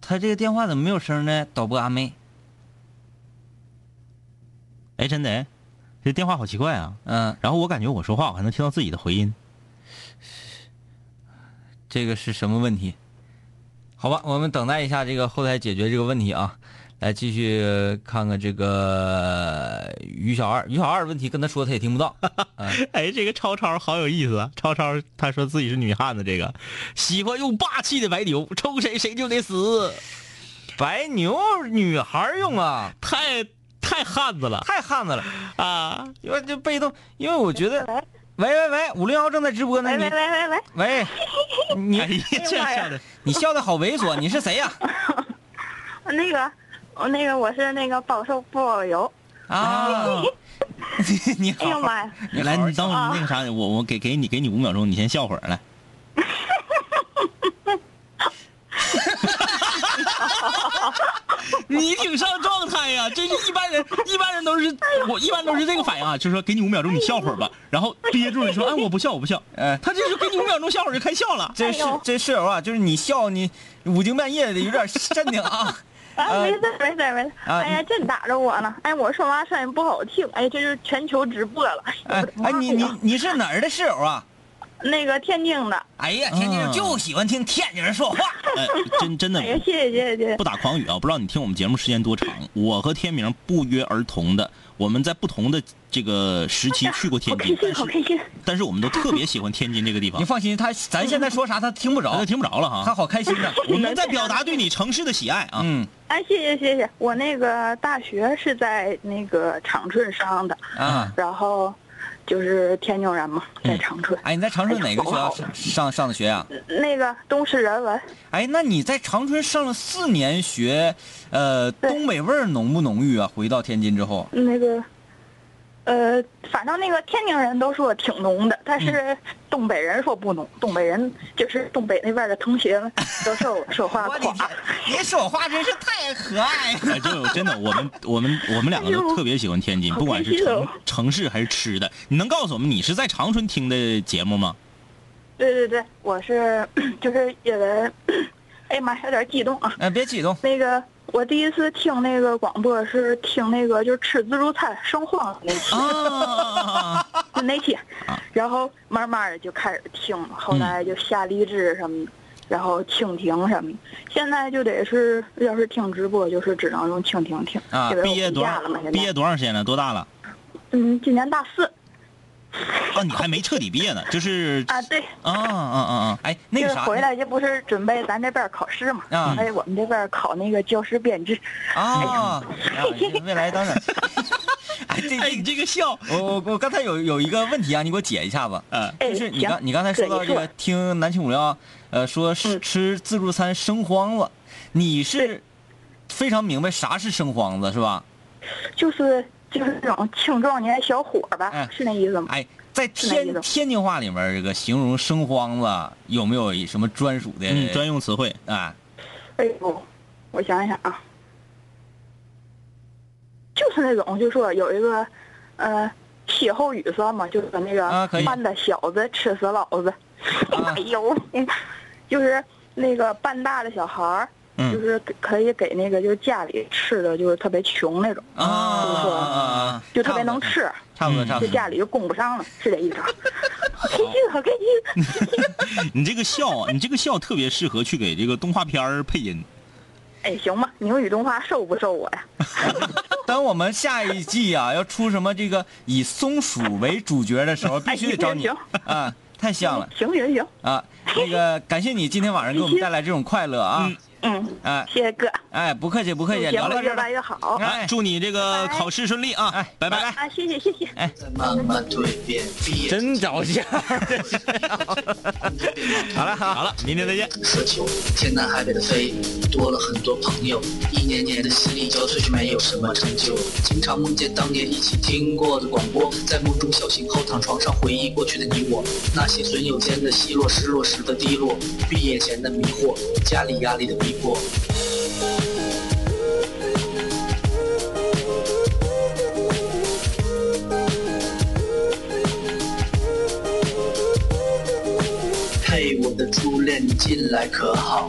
Speaker 3: 他这个电话怎么没有声呢？导播阿妹，
Speaker 4: 哎，真的，哎这电话好奇怪啊。
Speaker 3: 嗯，
Speaker 4: 然后我感觉我说话我还能听到自己的回音。
Speaker 3: 这个是什么问题？好吧，我们等待一下这个后台解决这个问题啊。来继续看看这个于小二，于小二问题跟他说他也听不到。
Speaker 4: 哎，这个超超好有意思啊！超超他说自己是女汉子，这个喜欢用霸气的白牛，抽谁谁就得死，
Speaker 3: 白牛女孩用啊，
Speaker 4: 太太汉子了
Speaker 3: 太汉子了。
Speaker 4: 啊！
Speaker 3: 因为这被动，因为我觉得，喂喂喂，五零幺正在直播呢，
Speaker 5: 喂
Speaker 3: 你
Speaker 5: 喂喂喂喂，
Speaker 3: 喂，
Speaker 4: 哎
Speaker 3: 你
Speaker 4: 呀，这笑的，
Speaker 3: 你笑的好猥琐，你是谁呀？
Speaker 5: 那个，我那个我是那个饱受不饱
Speaker 3: 哦
Speaker 5: 油，
Speaker 3: 啊， 你
Speaker 5: 哎呦
Speaker 3: 好，
Speaker 5: 妈呀！
Speaker 4: 你来，你等会儿那个啥，我我给给你给你五秒钟，你先笑会儿来。 你挺上状态呀、这是一 般人，一般人都是我一般都是这个反应啊，就是说给你五秒钟，你笑会儿吧，然后憋住了说，哎，我不笑，我不笑。
Speaker 3: 哎
Speaker 4: 他这是给你五秒钟笑会儿 就开笑了。
Speaker 3: 这是
Speaker 5: 哎呦
Speaker 3: 这室友啊，就是你笑你五更半夜的有点瘆得慌啊。
Speaker 5: 啊，没事儿没事儿没事儿。
Speaker 3: 啊
Speaker 5: 哎呀，正打着我呢。哎，我说嘛声音不好听。哎，这就是全球直播了。
Speaker 3: 哎
Speaker 5: 我的妈
Speaker 3: 哎，
Speaker 5: 呀
Speaker 3: 你你你是哪儿的室友啊？
Speaker 5: 那个天津的。
Speaker 3: 哎呀，
Speaker 4: 嗯
Speaker 3: 天津人就喜欢听天津人说话。
Speaker 4: 呃，真真的
Speaker 3: 嗯
Speaker 5: 哎呀，谢谢谢谢谢谢。
Speaker 4: 不打诳语啊，不知道你听我们节目时间多长。我和天明不约而同的，我们在不同的这个时期去过
Speaker 5: 好
Speaker 4: 天
Speaker 5: 开
Speaker 4: 津，
Speaker 5: 心
Speaker 4: 但
Speaker 5: 好
Speaker 4: 是
Speaker 5: 开心。
Speaker 4: 但是我们都特别喜欢天津这个地
Speaker 3: 你
Speaker 4: 方。
Speaker 3: 放心，他咱现在说啥他听不
Speaker 4: 大家
Speaker 3: 着，
Speaker 4: 听不着了
Speaker 3: 他
Speaker 4: 哈，
Speaker 3: 好开心 呢。
Speaker 4: 我们在表达对你城市的喜爱啊。
Speaker 3: 嗯
Speaker 5: 哎，谢谢谢谢。我那个大学是在那个长春上的，
Speaker 3: 啊，
Speaker 5: 然后就是天津人嘛，在长春。
Speaker 3: 哎，你在长春哪个学校上上上的学呀、
Speaker 5: 那个东市人文，
Speaker 3: 哎，那你在长春上了四年学，呃，
Speaker 5: 对
Speaker 3: 东北味儿浓不浓郁啊？回到天津之后，
Speaker 5: 那个，呃，反正那个天津人都说挺浓的，但是
Speaker 3: 嗯
Speaker 5: 东北人说不浓，东北人就是东北那边的同学们都说 我说话
Speaker 3: 我的
Speaker 5: 垮
Speaker 3: 天，，你说话真是太和蔼了。
Speaker 4: 哎，真有真的，我们我们我们两个都特别喜欢天津，
Speaker 5: 好
Speaker 4: 不管是
Speaker 5: 开心
Speaker 4: 城
Speaker 5: 哦
Speaker 4: 城市还是吃的。你能告诉我们你是在长春听的节目吗？
Speaker 5: 对对对，我是就是因为，哎呀妈呀，有点激动啊。
Speaker 3: 哎，别激动，
Speaker 5: 那个，我第一次听那个广播是听那个就是吃自助餐生慌那期，
Speaker 3: 哦
Speaker 4: 啊，
Speaker 5: 就那期，然后慢慢的就开始听，后
Speaker 4: 嗯
Speaker 5: 来就下荔枝什么的，然后蜻蜓什么的。现在就得是，要是听直播，就是只能用蜻蜓听。
Speaker 3: 啊
Speaker 5: 因为我
Speaker 4: 毕业多
Speaker 5: 回家
Speaker 4: 少
Speaker 5: 了嘛？现
Speaker 4: 毕业
Speaker 5: 在，
Speaker 4: 多长时间了？多大了？
Speaker 5: 嗯，今年大四
Speaker 3: 哦
Speaker 4: 啊，你还没彻底毕业呢，就是
Speaker 5: 啊，对，
Speaker 4: 啊啊啊啊！
Speaker 3: 哎，那
Speaker 5: 就
Speaker 3: 个
Speaker 5: 是
Speaker 3: 啥，
Speaker 5: 回来这不是准备咱这边考试嘛？
Speaker 3: 啊
Speaker 5: 哎，我们这边考那个教师编制，
Speaker 3: 啊，哎呀未来当然。 哎，这
Speaker 4: 哎，你这个笑，
Speaker 3: 我我我刚才有有一个问题啊，你给我解一下子。
Speaker 4: 呃，
Speaker 5: 哎
Speaker 3: 就是你
Speaker 5: 行
Speaker 3: 刚你刚才说到
Speaker 5: 对
Speaker 3: 这
Speaker 5: 你
Speaker 3: 个
Speaker 5: 说
Speaker 3: 听南青五料，呃，说是
Speaker 5: 嗯
Speaker 3: 吃自助餐生慌了，你是非常明白啥是生慌子是吧？
Speaker 5: 就是就是这种青壮年小伙儿吧，
Speaker 4: 嗯
Speaker 3: 哎
Speaker 5: 是那
Speaker 4: 啊
Speaker 5: 意思吗？
Speaker 3: 哎，在
Speaker 5: 嗯是那意
Speaker 3: 天
Speaker 5: 思
Speaker 3: 天津话里面，这个形容生慌子有没有什么专属的？
Speaker 4: 嗯，专用词汇，
Speaker 3: 哎，
Speaker 5: 哎呦，我想想啊，就是那种，就说有一个，呃，歇后语算吗？就是那个
Speaker 3: 啊可以
Speaker 5: 半大小子吃死老子，
Speaker 3: 啊
Speaker 5: 哎呦，嗯就是那个半大的小孩儿。
Speaker 4: 嗯
Speaker 5: 就是给可以给那个，就是家里吃的，就是特别穷那种，
Speaker 3: 啊啊啊啊，
Speaker 5: 嗯就特别能吃，嗯
Speaker 3: 差不多，差不多，
Speaker 5: 就
Speaker 3: 差
Speaker 5: 家
Speaker 3: 不多。
Speaker 5: 里就供不上了，是这 意思啊。好开心，好开心！
Speaker 4: 你这个笑啊，你这个笑特别适合去给这个动画片儿配音。
Speaker 5: 哎，行吧，宁宇动画收不收我呀？
Speaker 3: 等我们下一季啊，要出什么这个以松鼠为主角的时候，必须得找你
Speaker 5: 哎行
Speaker 3: 啊！太像了
Speaker 5: 行行行，
Speaker 3: 啊！那个，感谢你今天晚上给我们带来这种快乐啊！
Speaker 5: 嗯，
Speaker 3: 哎
Speaker 5: 谢谢哥，
Speaker 3: 哎，不客气，不客气，
Speaker 5: 祝节
Speaker 3: 聊
Speaker 5: 目
Speaker 3: 到这
Speaker 5: 越
Speaker 3: 儿
Speaker 5: 办
Speaker 3: 了。
Speaker 5: 越好。
Speaker 3: 哎
Speaker 4: 啊祝你这个
Speaker 5: 拜拜
Speaker 4: 考试顺利啊！
Speaker 3: 哎
Speaker 4: 拜拜。
Speaker 5: 啊，谢谢谢谢。
Speaker 6: 慢慢蜕变，毕业
Speaker 3: 真着急，
Speaker 4: 好了，好了，明天再见。
Speaker 6: 渴求，天南海北的飞，多了很多朋友，一年年的心力交瘁却没有什么成就。经常梦见当年一起听过的广播，在梦中笑醒后躺床上回忆过去的你我，那些损友间的奚落，失落时的低落，毕业前的迷惑，家里压力的逼迫。嘿，我的初恋，你近来可好？